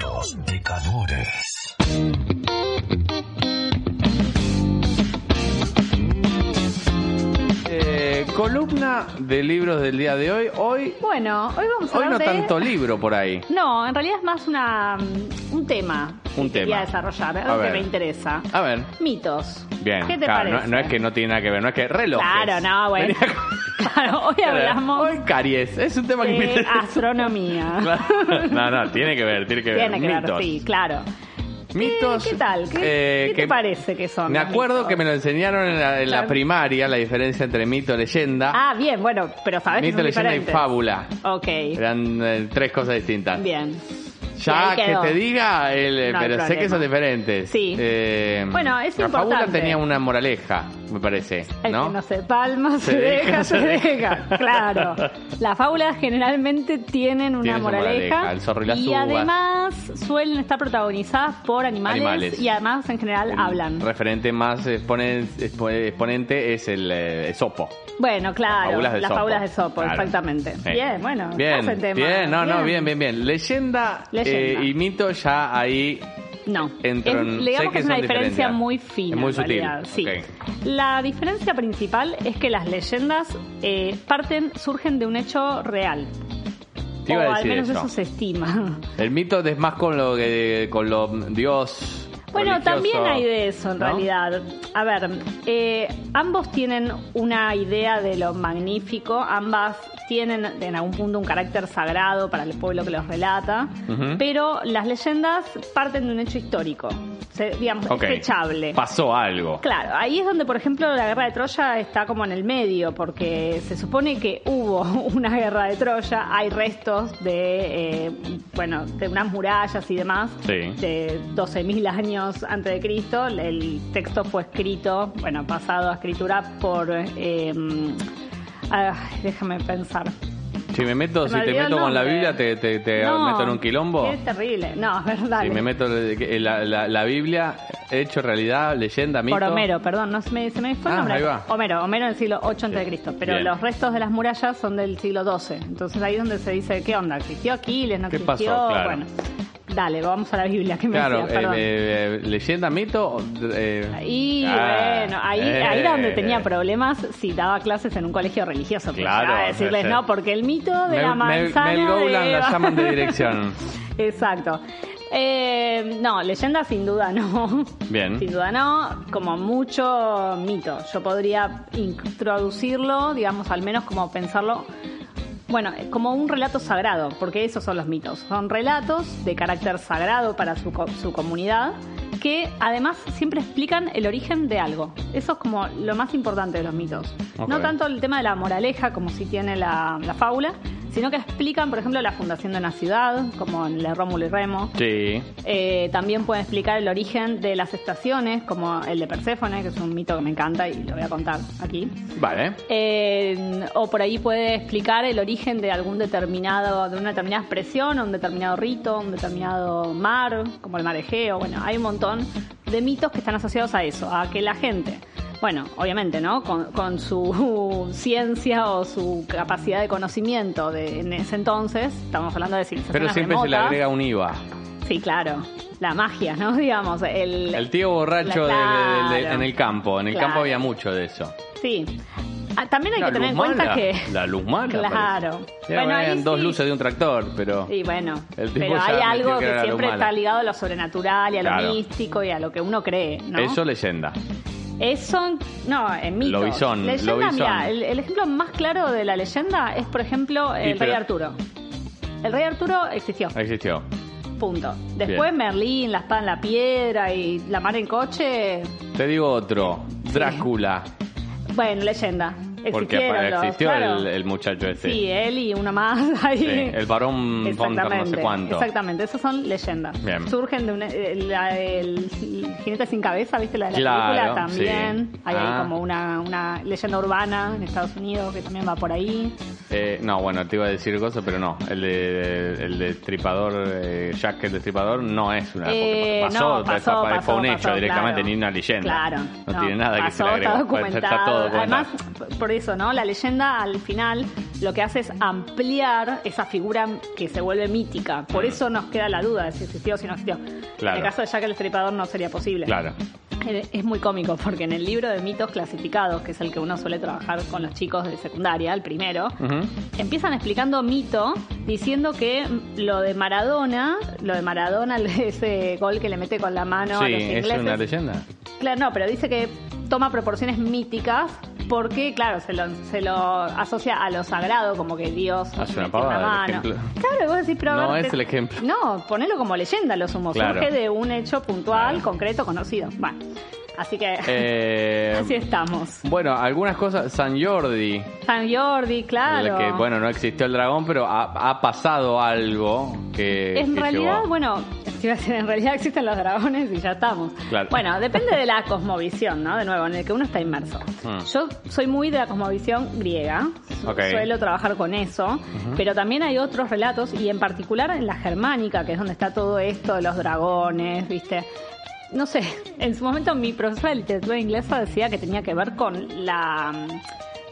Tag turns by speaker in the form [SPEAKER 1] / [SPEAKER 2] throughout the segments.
[SPEAKER 1] Los pecadores.
[SPEAKER 2] Eh, columna de libros del día de hoy. Hoy,
[SPEAKER 3] Bueno, hoy vamos a
[SPEAKER 2] hoy
[SPEAKER 3] hablar
[SPEAKER 2] no
[SPEAKER 3] de...
[SPEAKER 2] tanto libro por ahí.
[SPEAKER 3] No, en realidad es más una, mm, un tema.
[SPEAKER 2] Un
[SPEAKER 3] que Quería
[SPEAKER 2] tema.
[SPEAKER 3] desarrollar,
[SPEAKER 2] A
[SPEAKER 3] algo que
[SPEAKER 2] ver.
[SPEAKER 3] me interesa.
[SPEAKER 2] A ver.
[SPEAKER 3] Mitos.
[SPEAKER 2] Bien.
[SPEAKER 3] ¿Qué te
[SPEAKER 2] claro, no-
[SPEAKER 3] parece?
[SPEAKER 2] No, es que no tiene nada que ver, no es que reloj.
[SPEAKER 3] Claro, no, bueno. Claro, hoy hablamos ah.
[SPEAKER 2] Hoy caries. Es un tema que me
[SPEAKER 3] de
[SPEAKER 2] interesa.
[SPEAKER 3] astronomía.
[SPEAKER 2] No, no, tiene que ver, tiene que ver.
[SPEAKER 3] Tiene que ver,
[SPEAKER 2] Mitos.
[SPEAKER 3] sí, claro.
[SPEAKER 2] Mitos.
[SPEAKER 3] ¿Qué, qué tal? ¿Qué,
[SPEAKER 2] eh,
[SPEAKER 3] qué te parece que son?
[SPEAKER 2] Me
[SPEAKER 3] los
[SPEAKER 2] acuerdo
[SPEAKER 3] mitos?
[SPEAKER 2] que me lo enseñaron en la, en la
[SPEAKER 3] Claro.
[SPEAKER 2] primaria, la diferencia entre mito y leyenda.
[SPEAKER 3] Ah, bien, bueno, pero sabes que
[SPEAKER 2] mito,
[SPEAKER 3] son
[SPEAKER 2] leyenda
[SPEAKER 3] diferentes.
[SPEAKER 2] y fábula.
[SPEAKER 3] Ok,
[SPEAKER 2] Eran eh, tres cosas distintas.
[SPEAKER 3] bien.
[SPEAKER 2] Ya
[SPEAKER 3] Y ahí
[SPEAKER 2] que
[SPEAKER 3] quedó.
[SPEAKER 2] te diga, el- eh,
[SPEAKER 3] No hay
[SPEAKER 2] pero sé que
[SPEAKER 3] problema.
[SPEAKER 2] son diferentes.
[SPEAKER 3] Sí.
[SPEAKER 2] Eh,
[SPEAKER 3] Bueno, es
[SPEAKER 2] la fábula
[SPEAKER 3] importante.
[SPEAKER 2] tenía una moraleja, me parece,
[SPEAKER 3] El
[SPEAKER 2] ¿no?
[SPEAKER 3] que no se palma, se,
[SPEAKER 2] Se
[SPEAKER 3] deja,
[SPEAKER 2] deja,
[SPEAKER 3] se
[SPEAKER 2] se
[SPEAKER 3] deja.
[SPEAKER 2] deja.
[SPEAKER 3] Claro. Las fábulas generalmente tienen una
[SPEAKER 2] Tienen su
[SPEAKER 3] moraleja.
[SPEAKER 2] moraleja, el zorro y las
[SPEAKER 3] y
[SPEAKER 2] uvas.
[SPEAKER 3] además suelen estar protagonizadas por animales,
[SPEAKER 2] Animales.
[SPEAKER 3] y además en general
[SPEAKER 2] El
[SPEAKER 3] hablan.
[SPEAKER 2] referente más exponen- expo- exponente es el eh, sopo.
[SPEAKER 3] Bueno, claro.
[SPEAKER 2] fábulas de
[SPEAKER 3] Las
[SPEAKER 2] Sopo.
[SPEAKER 3] fábulas de Sopo,
[SPEAKER 2] Claro.
[SPEAKER 3] exactamente.
[SPEAKER 2] Sí.
[SPEAKER 3] Bien, bueno.
[SPEAKER 2] Bien,
[SPEAKER 3] estás en tema.
[SPEAKER 2] bien, no, no, bien, bien, bien. Leyenda,
[SPEAKER 3] Leyenda.
[SPEAKER 2] eh, y mito ya ahí
[SPEAKER 3] No.
[SPEAKER 2] Entro
[SPEAKER 3] Es-
[SPEAKER 2] en- sé
[SPEAKER 3] digamos
[SPEAKER 2] que
[SPEAKER 3] que es una
[SPEAKER 2] son
[SPEAKER 3] diferencia
[SPEAKER 2] diferentes.
[SPEAKER 3] muy fina.
[SPEAKER 2] Es muy
[SPEAKER 3] en
[SPEAKER 2] sutil,
[SPEAKER 3] realidad, Sí.
[SPEAKER 2] ok.
[SPEAKER 3] La diferencia principal es que las leyendas eh, parten, surgen de un hecho real.
[SPEAKER 2] Te iba
[SPEAKER 3] o
[SPEAKER 2] a
[SPEAKER 3] al
[SPEAKER 2] decir
[SPEAKER 3] menos
[SPEAKER 2] eso.
[SPEAKER 3] eso se estima.
[SPEAKER 2] el mito es más con lo que con lo dios.
[SPEAKER 3] Bueno,
[SPEAKER 2] religioso,
[SPEAKER 3] también hay de eso en
[SPEAKER 2] ¿no?
[SPEAKER 3] realidad. A ver, eh, ambos tienen una idea de lo magnífico, ambas tienen en algún punto un carácter sagrado para el pueblo que los relata,
[SPEAKER 2] Ujú.
[SPEAKER 3] pero las leyendas parten de un hecho histórico, se- digamos,
[SPEAKER 2] Ok.
[SPEAKER 3] es fechable.
[SPEAKER 2] Pasó algo.
[SPEAKER 3] Claro, ahí es donde, por ejemplo, la guerra de Troya está como en el medio, porque se supone que hubo una guerra de Troya, hay restos de, eh, bueno, de unas murallas y demás,
[SPEAKER 2] Sí.
[SPEAKER 3] de 12.000 años antes de Cristo. El texto fue escrito, bueno, pasado a escritura por... eh, ah, déjame pensar.
[SPEAKER 2] Si me meto,
[SPEAKER 3] Se
[SPEAKER 2] si
[SPEAKER 3] me
[SPEAKER 2] te
[SPEAKER 3] olvidó el
[SPEAKER 2] meto con la
[SPEAKER 3] nombre.
[SPEAKER 2] Biblia, te, te- te
[SPEAKER 3] eh. No,
[SPEAKER 2] meto en un quilombo.
[SPEAKER 3] Qué terrible. No, es verdad.
[SPEAKER 2] Si me meto en la, la- la Biblia, hecho realidad, leyenda, mito.
[SPEAKER 3] Por Homero, perdón, no se me, se me fue el
[SPEAKER 2] Ah,
[SPEAKER 3] nombre.
[SPEAKER 2] ahí va.
[SPEAKER 3] Homero, Homero del siglo 8 antes de Cristo, pero
[SPEAKER 2] Bien.
[SPEAKER 3] los restos de las murallas son del siglo 12. Entonces ahí es donde se dice, ¿qué onda? ¿Existió Aquiles? ¿No
[SPEAKER 2] ¿Qué pasó?
[SPEAKER 3] existió?
[SPEAKER 2] Claro.
[SPEAKER 3] Bueno, dale, vamos a la Biblia, que me
[SPEAKER 2] Claro,
[SPEAKER 3] decías, perdón.
[SPEAKER 2] eh, eh, leyenda, mito. eh,
[SPEAKER 3] Y
[SPEAKER 2] ah,
[SPEAKER 3] bueno, ahí,
[SPEAKER 2] eh,
[SPEAKER 3] ahí era donde tenía problemas si daba clases en un colegio religioso. porque
[SPEAKER 2] Claro,
[SPEAKER 3] llegaba a decirles
[SPEAKER 2] sí.
[SPEAKER 3] no, porque el mito de
[SPEAKER 2] Mel-
[SPEAKER 3] la
[SPEAKER 2] Mel-
[SPEAKER 3] manzana.
[SPEAKER 2] Mel Goulan
[SPEAKER 3] de
[SPEAKER 2] la
[SPEAKER 3] Eva.
[SPEAKER 2] llaman de dirección.
[SPEAKER 3] Exacto. Eh, no, leyenda sin duda no.
[SPEAKER 2] Bien.
[SPEAKER 3] Sin duda no, como mucho mito. Yo podría introducirlo, digamos, al menos como pensarlo. Bueno, como un relato sagrado, porque esos son los mitos. Son relatos de carácter sagrado para su, co- su comunidad que además siempre explican el origen de algo. Eso es como lo más importante de los mitos.
[SPEAKER 2] Ok.
[SPEAKER 3] No tanto el tema de la moraleja, como si tiene la, la fábula, sino que explican, por ejemplo, la fundación de una ciudad, como en Le Rómulo y Remo.
[SPEAKER 2] Sí.
[SPEAKER 3] Eh, también pueden explicar el origen de las estaciones, como el de Perséfone, que es un mito que me encanta y lo voy a contar aquí.
[SPEAKER 2] Vale.
[SPEAKER 3] Eh, o por ahí puede explicar el origen de algún determinado, de una determinada expresión, o un determinado rito, un determinado mar, como el mar Egeo. Bueno, hay un montón de mitos que están asociados a eso, a que la gente, bueno, obviamente, ¿no? Con, con su ciencia o su capacidad de conocimiento de, en ese entonces, estamos hablando de civilizaciones
[SPEAKER 2] Pero siempre se le
[SPEAKER 3] remotas.
[SPEAKER 2] agrega un IVA.
[SPEAKER 3] Sí, claro. La magia, ¿no? Digamos, el,
[SPEAKER 2] El tío borracho de-
[SPEAKER 3] La-
[SPEAKER 2] de- de-
[SPEAKER 3] claro.
[SPEAKER 2] en el campo. En el
[SPEAKER 3] Claro.
[SPEAKER 2] campo había mucho de eso.
[SPEAKER 3] Sí. Ah, también hay
[SPEAKER 2] La
[SPEAKER 3] que tener en
[SPEAKER 2] luz
[SPEAKER 3] cuenta
[SPEAKER 2] mala,
[SPEAKER 3] que...
[SPEAKER 2] La luz mala.
[SPEAKER 3] Claro.
[SPEAKER 2] parece. Era-
[SPEAKER 3] Bueno, ahí
[SPEAKER 2] eran dos
[SPEAKER 3] sí.
[SPEAKER 2] luces de un tractor, pero.
[SPEAKER 3] Y bueno,
[SPEAKER 2] El tipo
[SPEAKER 3] pero
[SPEAKER 2] ya
[SPEAKER 3] hay
[SPEAKER 2] metió que
[SPEAKER 3] algo que,
[SPEAKER 2] era la
[SPEAKER 3] siempre
[SPEAKER 2] luz
[SPEAKER 3] está
[SPEAKER 2] mala.
[SPEAKER 3] ligado a lo sobrenatural y a
[SPEAKER 2] Claro.
[SPEAKER 3] lo místico y a lo que uno cree, ¿no?
[SPEAKER 2] Eso leyenda.
[SPEAKER 3] Eso, no, en mitos.
[SPEAKER 2] Lobizón,
[SPEAKER 3] Leyenda,
[SPEAKER 2] lobizón.
[SPEAKER 3] mirá, el, el ejemplo más claro de la leyenda es, por ejemplo, el
[SPEAKER 2] Sí,
[SPEAKER 3] rey
[SPEAKER 2] pero-
[SPEAKER 3] Arturo. El rey Arturo existió,
[SPEAKER 2] Existió.
[SPEAKER 3] punto. Después
[SPEAKER 2] Bien.
[SPEAKER 3] Merlín, la espada en la piedra y la mar en coche,
[SPEAKER 2] Te digo otro. Drácula.
[SPEAKER 3] bueno, leyenda.
[SPEAKER 2] Porque
[SPEAKER 3] Existieron los-
[SPEAKER 2] existió
[SPEAKER 3] claro.
[SPEAKER 2] el, el muchacho ese.
[SPEAKER 3] Sí, él y uno más ahí.
[SPEAKER 2] Sí, El varón Fonter, no
[SPEAKER 3] Exactamente,
[SPEAKER 2] sé cuánto.
[SPEAKER 3] Exactamente, esas son leyendas.
[SPEAKER 2] Bien.
[SPEAKER 3] Surgen de una, eh, la del jinete sin cabeza, ¿viste? La de la
[SPEAKER 2] Claro,
[SPEAKER 3] película también.
[SPEAKER 2] sí.
[SPEAKER 3] Hay,
[SPEAKER 2] Ah.
[SPEAKER 3] ahí como una, una leyenda urbana en Estados Unidos que también va por ahí.
[SPEAKER 2] Eh, no, bueno, te iba a decir cosas, pero no. El de, el destripador, eh, Jack el destripador, no es una.
[SPEAKER 3] Eh,
[SPEAKER 2] porque pasó,
[SPEAKER 3] no, pasó,
[SPEAKER 2] desapa-
[SPEAKER 3] pasó,
[SPEAKER 2] fue un hecho
[SPEAKER 3] pasó,
[SPEAKER 2] directamente,
[SPEAKER 3] claro.
[SPEAKER 2] ni una leyenda.
[SPEAKER 3] Claro.
[SPEAKER 2] No, tiene nada que
[SPEAKER 3] pasó,
[SPEAKER 2] se le agregó.
[SPEAKER 3] Está documentado.
[SPEAKER 2] todo documentado.
[SPEAKER 3] Además, por eso, ¿no? La leyenda al final lo que hace es ampliar esa figura que se vuelve mítica. Por eso nos queda la duda de si existió o si no existió.
[SPEAKER 2] Mm. Claro.
[SPEAKER 3] En el caso de Jack el Destripador no sería posible.
[SPEAKER 2] Claro.
[SPEAKER 3] Eh, Es muy cómico porque en el libro de mitos clasificados, que es el que uno suele trabajar con los chicos de secundaria, el primero,
[SPEAKER 2] Ujú.
[SPEAKER 3] empiezan explicando mito diciendo que lo de Maradona, lo de Maradona, ese gol que le mete con la mano a
[SPEAKER 2] sí,
[SPEAKER 3] los
[SPEAKER 2] es
[SPEAKER 3] ingleses.
[SPEAKER 2] una leyenda.
[SPEAKER 3] Claro, no, pero dice que toma proporciones míticas porque, claro, se lo, se lo asocia a lo sagrado, como que Dios
[SPEAKER 2] Hace Ah, una
[SPEAKER 3] metió
[SPEAKER 2] pavada el ejemplo.
[SPEAKER 3] Claro, y vos decís, pero a
[SPEAKER 2] No
[SPEAKER 3] ver,
[SPEAKER 2] es el ejemplo.
[SPEAKER 3] No, ponelo como leyenda, lo sumo.
[SPEAKER 2] Claro.
[SPEAKER 3] Surge de un hecho puntual,
[SPEAKER 2] Claro.
[SPEAKER 3] concreto, conocido. Bueno, así que
[SPEAKER 2] Eh,
[SPEAKER 3] así estamos.
[SPEAKER 2] Bueno, algunas cosas. San Jordi,
[SPEAKER 3] San Jordi, claro.
[SPEAKER 2] el que bueno no existió el dragón, pero ha, ha pasado algo eh, que
[SPEAKER 3] En
[SPEAKER 2] que
[SPEAKER 3] realidad,
[SPEAKER 2] llevó-
[SPEAKER 3] bueno, te iba a decir, en realidad existen los dragones y ya estamos.
[SPEAKER 2] Claro.
[SPEAKER 3] Bueno, depende de la cosmovisión, ¿no? De nuevo, en el que uno está inmerso.
[SPEAKER 2] Mm.
[SPEAKER 3] Yo soy muy de la cosmovisión griega, su-
[SPEAKER 2] Ok.
[SPEAKER 3] suelo trabajar con eso, pero también hay otros relatos y en particular en la germánica, que es donde está todo esto de los dragones, ¿viste? No sé, en su momento mi profesora de literatura inglesa decía que tenía que ver con la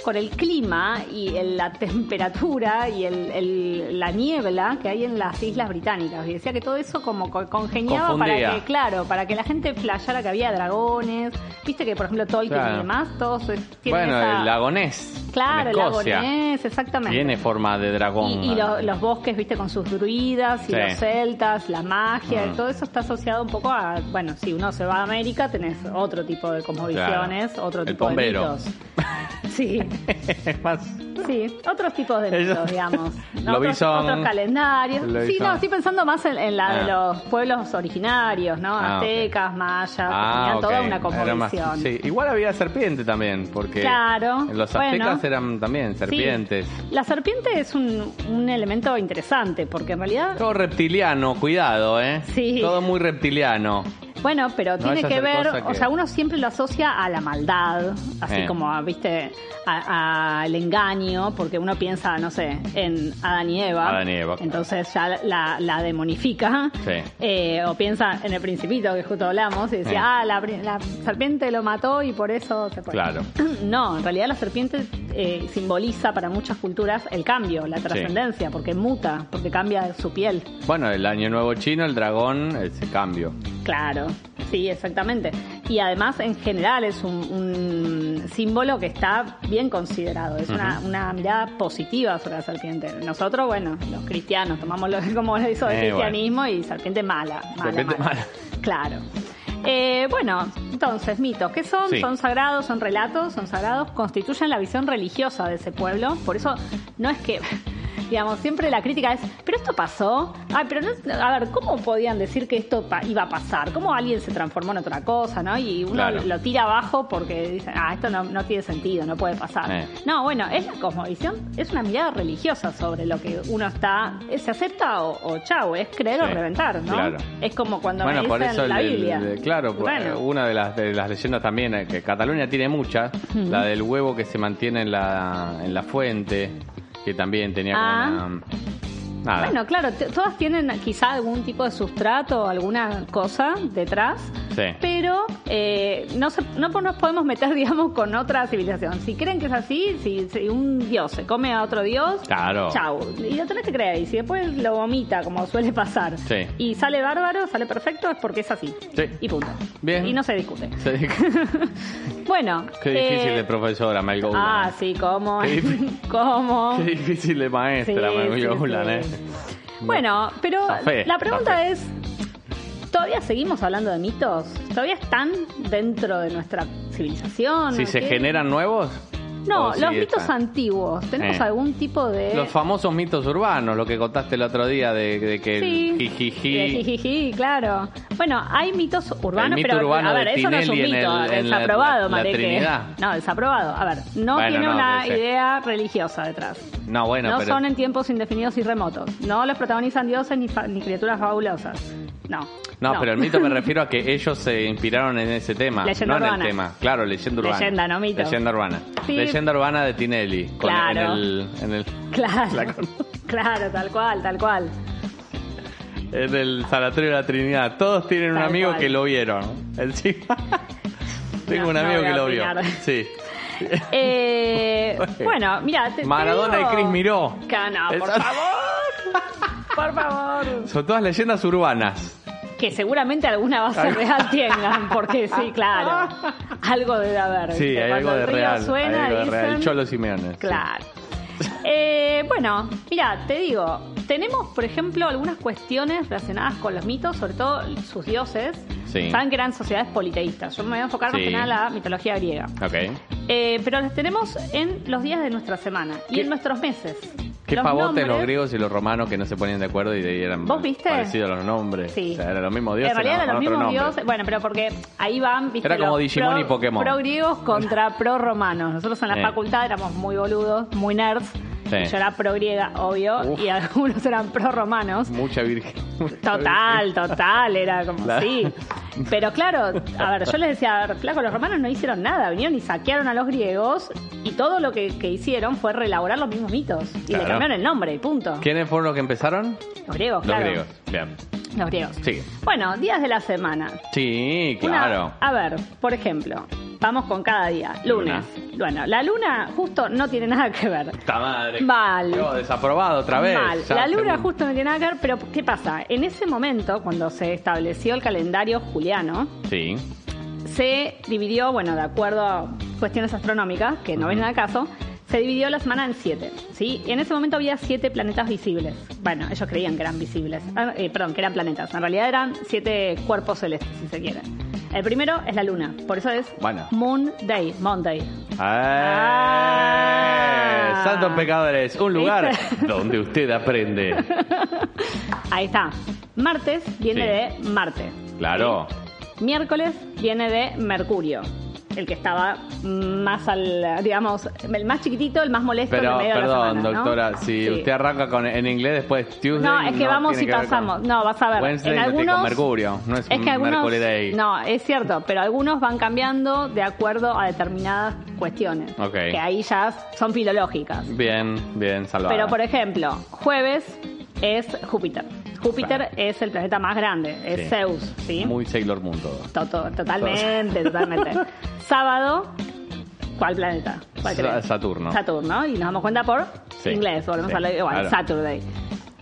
[SPEAKER 3] con el clima y el- la temperatura y el- el- la niebla que hay en las islas británicas. Y decía que todo eso como co- congeniaba
[SPEAKER 2] Confundía.
[SPEAKER 3] para que, claro, para que la gente flayara que había dragones. Viste que, por ejemplo, Tolkien
[SPEAKER 2] Claro.
[SPEAKER 3] y demás, todos es- tienen
[SPEAKER 2] Bueno,
[SPEAKER 3] esa-
[SPEAKER 2] el lagonés. en
[SPEAKER 3] Claro, el
[SPEAKER 2] Escocia,
[SPEAKER 3] lagonés, exactamente.
[SPEAKER 2] Tiene forma de dragón.
[SPEAKER 3] Y, y lo- los bosques, viste, con sus druidas y
[SPEAKER 2] Sí.
[SPEAKER 3] los celtas, la magia,
[SPEAKER 2] Mm.
[SPEAKER 3] y todo eso está asociado un poco a, bueno, si uno se va a América, tenés otro tipo de cosmovisiones,
[SPEAKER 2] Claro.
[SPEAKER 3] otro
[SPEAKER 2] El
[SPEAKER 3] tipo
[SPEAKER 2] bombero.
[SPEAKER 3] de mitos. Sí,
[SPEAKER 2] Es más,
[SPEAKER 3] sí, otros tipos de
[SPEAKER 2] Eso-
[SPEAKER 3] mitos, digamos.
[SPEAKER 2] Lo
[SPEAKER 3] otros,
[SPEAKER 2] bison.
[SPEAKER 3] otros calendarios.
[SPEAKER 2] Lo
[SPEAKER 3] sí,
[SPEAKER 2] bison.
[SPEAKER 3] no, estoy pensando más en, en la de
[SPEAKER 2] Ah.
[SPEAKER 3] los pueblos originarios, ¿no?
[SPEAKER 2] Ah, ok.
[SPEAKER 3] Aztecas, mayas, que
[SPEAKER 2] Ah,
[SPEAKER 3] tenían
[SPEAKER 2] ok.
[SPEAKER 3] toda una
[SPEAKER 2] Era más-
[SPEAKER 3] cosmovisión.
[SPEAKER 2] sí. Igual había serpiente también, porque
[SPEAKER 3] Claro,
[SPEAKER 2] los aztecas
[SPEAKER 3] bueno.
[SPEAKER 2] eran también
[SPEAKER 3] Sí.
[SPEAKER 2] serpientes.
[SPEAKER 3] La serpiente es un, un elemento interesante, porque en realidad
[SPEAKER 2] Todo reptiliano, cuidado, ¿eh?
[SPEAKER 3] Sí.
[SPEAKER 2] Todo muy reptiliano.
[SPEAKER 3] Bueno, pero
[SPEAKER 2] No
[SPEAKER 3] tiene
[SPEAKER 2] vaya a
[SPEAKER 3] que
[SPEAKER 2] ser
[SPEAKER 3] ver,
[SPEAKER 2] cosa que-
[SPEAKER 3] o sea, uno siempre lo asocia a la maldad, así
[SPEAKER 2] Eh.
[SPEAKER 3] como, a, viste, a- al engaño, porque uno piensa, no sé, en Adán y Eva.
[SPEAKER 2] Adán y Eva, claro.
[SPEAKER 3] Entonces ya la, la demonifica.
[SPEAKER 2] Sí.
[SPEAKER 3] Eh, o piensa en el principito que justo hablamos y decía,
[SPEAKER 2] Eh.
[SPEAKER 3] ah, la, pri- la serpiente lo mató y por eso se fue.
[SPEAKER 2] Claro.
[SPEAKER 3] No, en realidad la serpiente eh, simboliza para muchas culturas el cambio, la trascendencia, porque muta, porque cambia su piel.
[SPEAKER 2] Bueno, el año nuevo chino, el dragón, ese cambio.
[SPEAKER 3] Claro, sí, exactamente. Y además, en general, es un, un símbolo que está bien considerado. Es una, una mirada positiva sobre la serpiente. Nosotros, bueno, los cristianos, tomamos lo, como lo hizo el
[SPEAKER 2] Eh, bueno.
[SPEAKER 3] cristianismo y serpiente mala. mala,
[SPEAKER 2] Serpiente mala.
[SPEAKER 3] Claro. Eh, bueno, entonces, mitos. ¿Qué son?
[SPEAKER 2] Sí.
[SPEAKER 3] Son sagrados, son relatos, son sagrados, constituyen la visión religiosa de ese pueblo. Por eso no es que, digamos, siempre la crítica es, pero esto pasó. Ay, pero no- a ver, ¿cómo podían decir que esto pa- iba a pasar? ¿Cómo alguien se transformó en otra cosa, no? Y uno
[SPEAKER 2] Claro.
[SPEAKER 3] lo tira abajo porque dice, ah, esto no, no tiene sentido, no puede pasar.
[SPEAKER 2] Eh.
[SPEAKER 3] No, bueno, es la cosmovisión, es una mirada religiosa sobre lo que uno está, se acepta o, o chau, es creer o
[SPEAKER 2] Sí,
[SPEAKER 3] reventar, ¿no?
[SPEAKER 2] claro.
[SPEAKER 3] Es como cuando
[SPEAKER 2] bueno,
[SPEAKER 3] me
[SPEAKER 2] por
[SPEAKER 3] dicen
[SPEAKER 2] eso el-
[SPEAKER 3] la
[SPEAKER 2] el-
[SPEAKER 3] Biblia.
[SPEAKER 2] el- claro, por- eh,
[SPEAKER 3] Bueno.
[SPEAKER 2] una de las, de las leyendas también, eh, que Cataluña tiene muchas, la del huevo que se mantiene en la, en la fuente, que también tenía como
[SPEAKER 3] Ah.
[SPEAKER 2] una- Nada.
[SPEAKER 3] Bueno, claro, t- todas tienen quizá algún tipo de sustrato o alguna cosa detrás,
[SPEAKER 2] Sí.
[SPEAKER 3] pero eh, no, se- no po- nos podemos meter, digamos, con otra civilización. Si creen que es así, si, si un dios se come a otro dios,
[SPEAKER 2] Claro.
[SPEAKER 3] chau. Y lo tenés que creer, y si después lo vomita, como suele pasar,
[SPEAKER 2] Sí.
[SPEAKER 3] y sale bárbaro, sale perfecto, es porque es así.
[SPEAKER 2] Sí.
[SPEAKER 3] Y punto.
[SPEAKER 2] Bien.
[SPEAKER 3] Y no se discute.
[SPEAKER 2] Sí.
[SPEAKER 3] Bueno.
[SPEAKER 2] Qué difícil
[SPEAKER 3] eh,
[SPEAKER 2] de profesora, Mel Goulan.
[SPEAKER 3] Ah, sí, cómo.
[SPEAKER 2] Qué difícil.
[SPEAKER 3] cómo.
[SPEAKER 2] Qué difícil de maestra,
[SPEAKER 3] Sí,
[SPEAKER 2] Mel
[SPEAKER 3] sí,
[SPEAKER 2] Goulan,
[SPEAKER 3] sí.
[SPEAKER 2] ¿eh?
[SPEAKER 3] Bueno, pero
[SPEAKER 2] Zafé,
[SPEAKER 3] la pregunta
[SPEAKER 2] zafé.
[SPEAKER 3] es, ¿todavía seguimos hablando de mitos? ¿Todavía están dentro de nuestra civilización?
[SPEAKER 2] Si
[SPEAKER 3] ¿O
[SPEAKER 2] se
[SPEAKER 3] qué?
[SPEAKER 2] generan nuevos.
[SPEAKER 3] No,
[SPEAKER 2] o
[SPEAKER 3] los
[SPEAKER 2] si
[SPEAKER 3] mitos
[SPEAKER 2] están.
[SPEAKER 3] antiguos. ¿Tenemos
[SPEAKER 2] Eh.
[SPEAKER 3] algún tipo de...?
[SPEAKER 2] Los famosos mitos urbanos, lo que contaste el otro día de, de que
[SPEAKER 3] Sí.
[SPEAKER 2] el
[SPEAKER 3] De
[SPEAKER 2] jijiji.
[SPEAKER 3] jijiji, claro. Bueno, hay mitos
[SPEAKER 2] El
[SPEAKER 3] urbanos,
[SPEAKER 2] mito
[SPEAKER 3] pero
[SPEAKER 2] urbano
[SPEAKER 3] a ver,
[SPEAKER 2] de
[SPEAKER 3] eso no es un
[SPEAKER 2] Tinelli en
[SPEAKER 3] mito,
[SPEAKER 2] el- en la-
[SPEAKER 3] desaprobado,
[SPEAKER 2] la
[SPEAKER 3] Mateque.
[SPEAKER 2] Trinidad.
[SPEAKER 3] No, desaprobado. A ver, no
[SPEAKER 2] Bueno,
[SPEAKER 3] tiene
[SPEAKER 2] no,
[SPEAKER 3] una
[SPEAKER 2] pero sí.
[SPEAKER 3] idea religiosa detrás.
[SPEAKER 2] No, bueno,
[SPEAKER 3] no
[SPEAKER 2] pero.
[SPEAKER 3] son en tiempos indefinidos y remotos. No los protagonizan dioses ni, fa- ni criaturas fabulosas. No.
[SPEAKER 2] No, pero el mito me refiero a que ellos se inspiraron en ese tema,
[SPEAKER 3] Leyenda
[SPEAKER 2] no en
[SPEAKER 3] urbana.
[SPEAKER 2] el tema. Claro, leyenda urbana.
[SPEAKER 3] Leyenda, no mito.
[SPEAKER 2] Leyenda urbana.
[SPEAKER 3] Sí.
[SPEAKER 2] Leyenda urbana de Tinelli. con-
[SPEAKER 3] Claro.
[SPEAKER 2] En el, en el, La
[SPEAKER 3] Claro,
[SPEAKER 2] con-
[SPEAKER 3] claro, tal cual, tal cual.
[SPEAKER 2] en el Sanatorio de la Trinidad. Todos tienen un
[SPEAKER 3] Tal
[SPEAKER 2] amigo
[SPEAKER 3] cual.
[SPEAKER 2] que lo vieron. Encima. Tengo
[SPEAKER 3] No,
[SPEAKER 2] un
[SPEAKER 3] no
[SPEAKER 2] amigo
[SPEAKER 3] voy a
[SPEAKER 2] que lo
[SPEAKER 3] opinar.
[SPEAKER 2] vio. Sí.
[SPEAKER 3] Eh, bueno, mira, te- te
[SPEAKER 2] Maradona y
[SPEAKER 3] digo-
[SPEAKER 2] Cris Miró.
[SPEAKER 3] Que no, por
[SPEAKER 2] Esas-
[SPEAKER 3] favor. Por favor.
[SPEAKER 2] Son todas leyendas urbanas.
[SPEAKER 3] Que seguramente alguna base real tengan, porque sí, claro. Algo debe haber.
[SPEAKER 2] Sí,
[SPEAKER 3] ¿viste?
[SPEAKER 2] hay algo
[SPEAKER 3] Cuando
[SPEAKER 2] de
[SPEAKER 3] el río
[SPEAKER 2] real.
[SPEAKER 3] Suena,
[SPEAKER 2] hay algo de
[SPEAKER 3] dicen,
[SPEAKER 2] real. El Cholo Simeone. sí.
[SPEAKER 3] Claro. Eh, bueno, mira, te digo, tenemos, por ejemplo, algunas cuestiones relacionadas con los mitos, sobre todo sus dioses.
[SPEAKER 2] Sí.
[SPEAKER 3] Saben que eran sociedades politeístas. Yo me voy a enfocar más
[SPEAKER 2] Sí.
[SPEAKER 3] que nada en la mitología griega.
[SPEAKER 2] Ok.
[SPEAKER 3] Eh, pero las tenemos en los días de nuestra semana y
[SPEAKER 2] ¿Qué-
[SPEAKER 3] en nuestros meses.
[SPEAKER 2] Qué
[SPEAKER 3] Los
[SPEAKER 2] pavote
[SPEAKER 3] nombres-
[SPEAKER 2] los griegos y los romanos que no se ponían de acuerdo y de- eran
[SPEAKER 3] ¿Vos viste?
[SPEAKER 2] parecidos los nombres.
[SPEAKER 3] Sí.
[SPEAKER 2] O sea, era los mismos dioses.
[SPEAKER 3] en realidad
[SPEAKER 2] nada
[SPEAKER 3] eran
[SPEAKER 2] más
[SPEAKER 3] los
[SPEAKER 2] con otro
[SPEAKER 3] mismos
[SPEAKER 2] nombre.
[SPEAKER 3] dioses. Bueno, pero porque ahí van, viste.
[SPEAKER 2] Era como
[SPEAKER 3] los
[SPEAKER 2] Digimon
[SPEAKER 3] pro-
[SPEAKER 2] y Pokémon.
[SPEAKER 3] Pro griegos contra pro romanos. Nosotros en la
[SPEAKER 2] Eh.
[SPEAKER 3] facultad éramos muy boludos, muy nerds.
[SPEAKER 2] Sí.
[SPEAKER 3] Y Yo era pro griega, obvio,
[SPEAKER 2] Uf.
[SPEAKER 3] y algunos eran pro romanos.
[SPEAKER 2] Mucha virgen.
[SPEAKER 3] Total, total, era como
[SPEAKER 2] Claro.
[SPEAKER 3] sí. Pero claro, a ver, yo les decía, a ver, flaco, los romanos no hicieron nada, vinieron y saquearon a los griegos y todo lo que, que hicieron fue reelaborar los mismos mitos y
[SPEAKER 2] Claro.
[SPEAKER 3] le cambiaron el nombre y punto.
[SPEAKER 2] ¿Quiénes fueron los que empezaron?
[SPEAKER 3] Los
[SPEAKER 2] Los
[SPEAKER 3] griegos, claro.
[SPEAKER 2] griegos. Bien.
[SPEAKER 3] Los griegos.
[SPEAKER 2] Sigue.
[SPEAKER 3] Bueno, días de la semana.
[SPEAKER 2] Sí,
[SPEAKER 3] Una-
[SPEAKER 2] claro.
[SPEAKER 3] a ver, por ejemplo, vamos con cada día. Lunes. Bueno, la luna justo no tiene nada que ver.
[SPEAKER 2] Puta madre.
[SPEAKER 3] Mal.
[SPEAKER 2] Yo, desaprobado otra vez.
[SPEAKER 3] Mal.
[SPEAKER 2] Ya,
[SPEAKER 3] La luna
[SPEAKER 2] según-
[SPEAKER 3] justo no tiene nada que ver, pero ¿qué pasa? En ese momento, cuando se estableció el calendario juliano,
[SPEAKER 2] Sí.
[SPEAKER 3] se dividió, bueno, de acuerdo a cuestiones astronómicas, que no vienen al caso, se dividió la semana en siete, ¿sí? Y en ese momento había siete planetas visibles. Bueno, ellos creían que eran visibles, Ah, eh, perdón, que eran planetas. En realidad eran siete cuerpos celestes, si se quiere. El primero es la luna, por eso es
[SPEAKER 2] Bueno.
[SPEAKER 3] Moon Day, Monday.
[SPEAKER 2] ¡Eh! Santos pecadores, un lugar
[SPEAKER 3] Ah. ¿Viste?
[SPEAKER 2] donde usted aprende.
[SPEAKER 3] Ahí está. Martes viene de Marte.
[SPEAKER 2] Claro.
[SPEAKER 3] Miércoles viene de Mercurio, el que estaba más al, digamos, el más chiquitito, el más molesto en el
[SPEAKER 2] Pero,
[SPEAKER 3] medio de la
[SPEAKER 2] perdón,
[SPEAKER 3] semana, ¿no?
[SPEAKER 2] doctora, si
[SPEAKER 3] Sí.
[SPEAKER 2] usted arranca con, en inglés después Tuesday.
[SPEAKER 3] No, es que vamos
[SPEAKER 2] tiene
[SPEAKER 3] y
[SPEAKER 2] ver con-
[SPEAKER 3] pasamos. No, vas a ver.
[SPEAKER 2] Wednesday
[SPEAKER 3] en
[SPEAKER 2] no tiene
[SPEAKER 3] algunos,
[SPEAKER 2] con Mercurio, no es un Mercury Day.
[SPEAKER 3] No, es cierto, pero algunos van cambiando de acuerdo a determinadas cuestiones.
[SPEAKER 2] Ok.
[SPEAKER 3] Que ahí ya son filológicas.
[SPEAKER 2] Bien, bien, salvado.
[SPEAKER 3] Pero, por ejemplo, jueves es Júpiter. Júpiter
[SPEAKER 2] Claro.
[SPEAKER 3] es el planeta más grande, es
[SPEAKER 2] Sí.
[SPEAKER 3] Zeus, ¿sí?
[SPEAKER 2] Muy Sailor Moon todo.
[SPEAKER 3] To- to- totalmente, totalmente. Sábado, ¿cuál planeta? ¿Cuál
[SPEAKER 2] Sa-
[SPEAKER 3] crees?
[SPEAKER 2] Saturno.
[SPEAKER 3] Saturno, y nos damos cuenta por
[SPEAKER 2] Sí,
[SPEAKER 3] inglés, volvemos
[SPEAKER 2] sí,
[SPEAKER 3] a lo igual,
[SPEAKER 2] claro.
[SPEAKER 3] Saturday.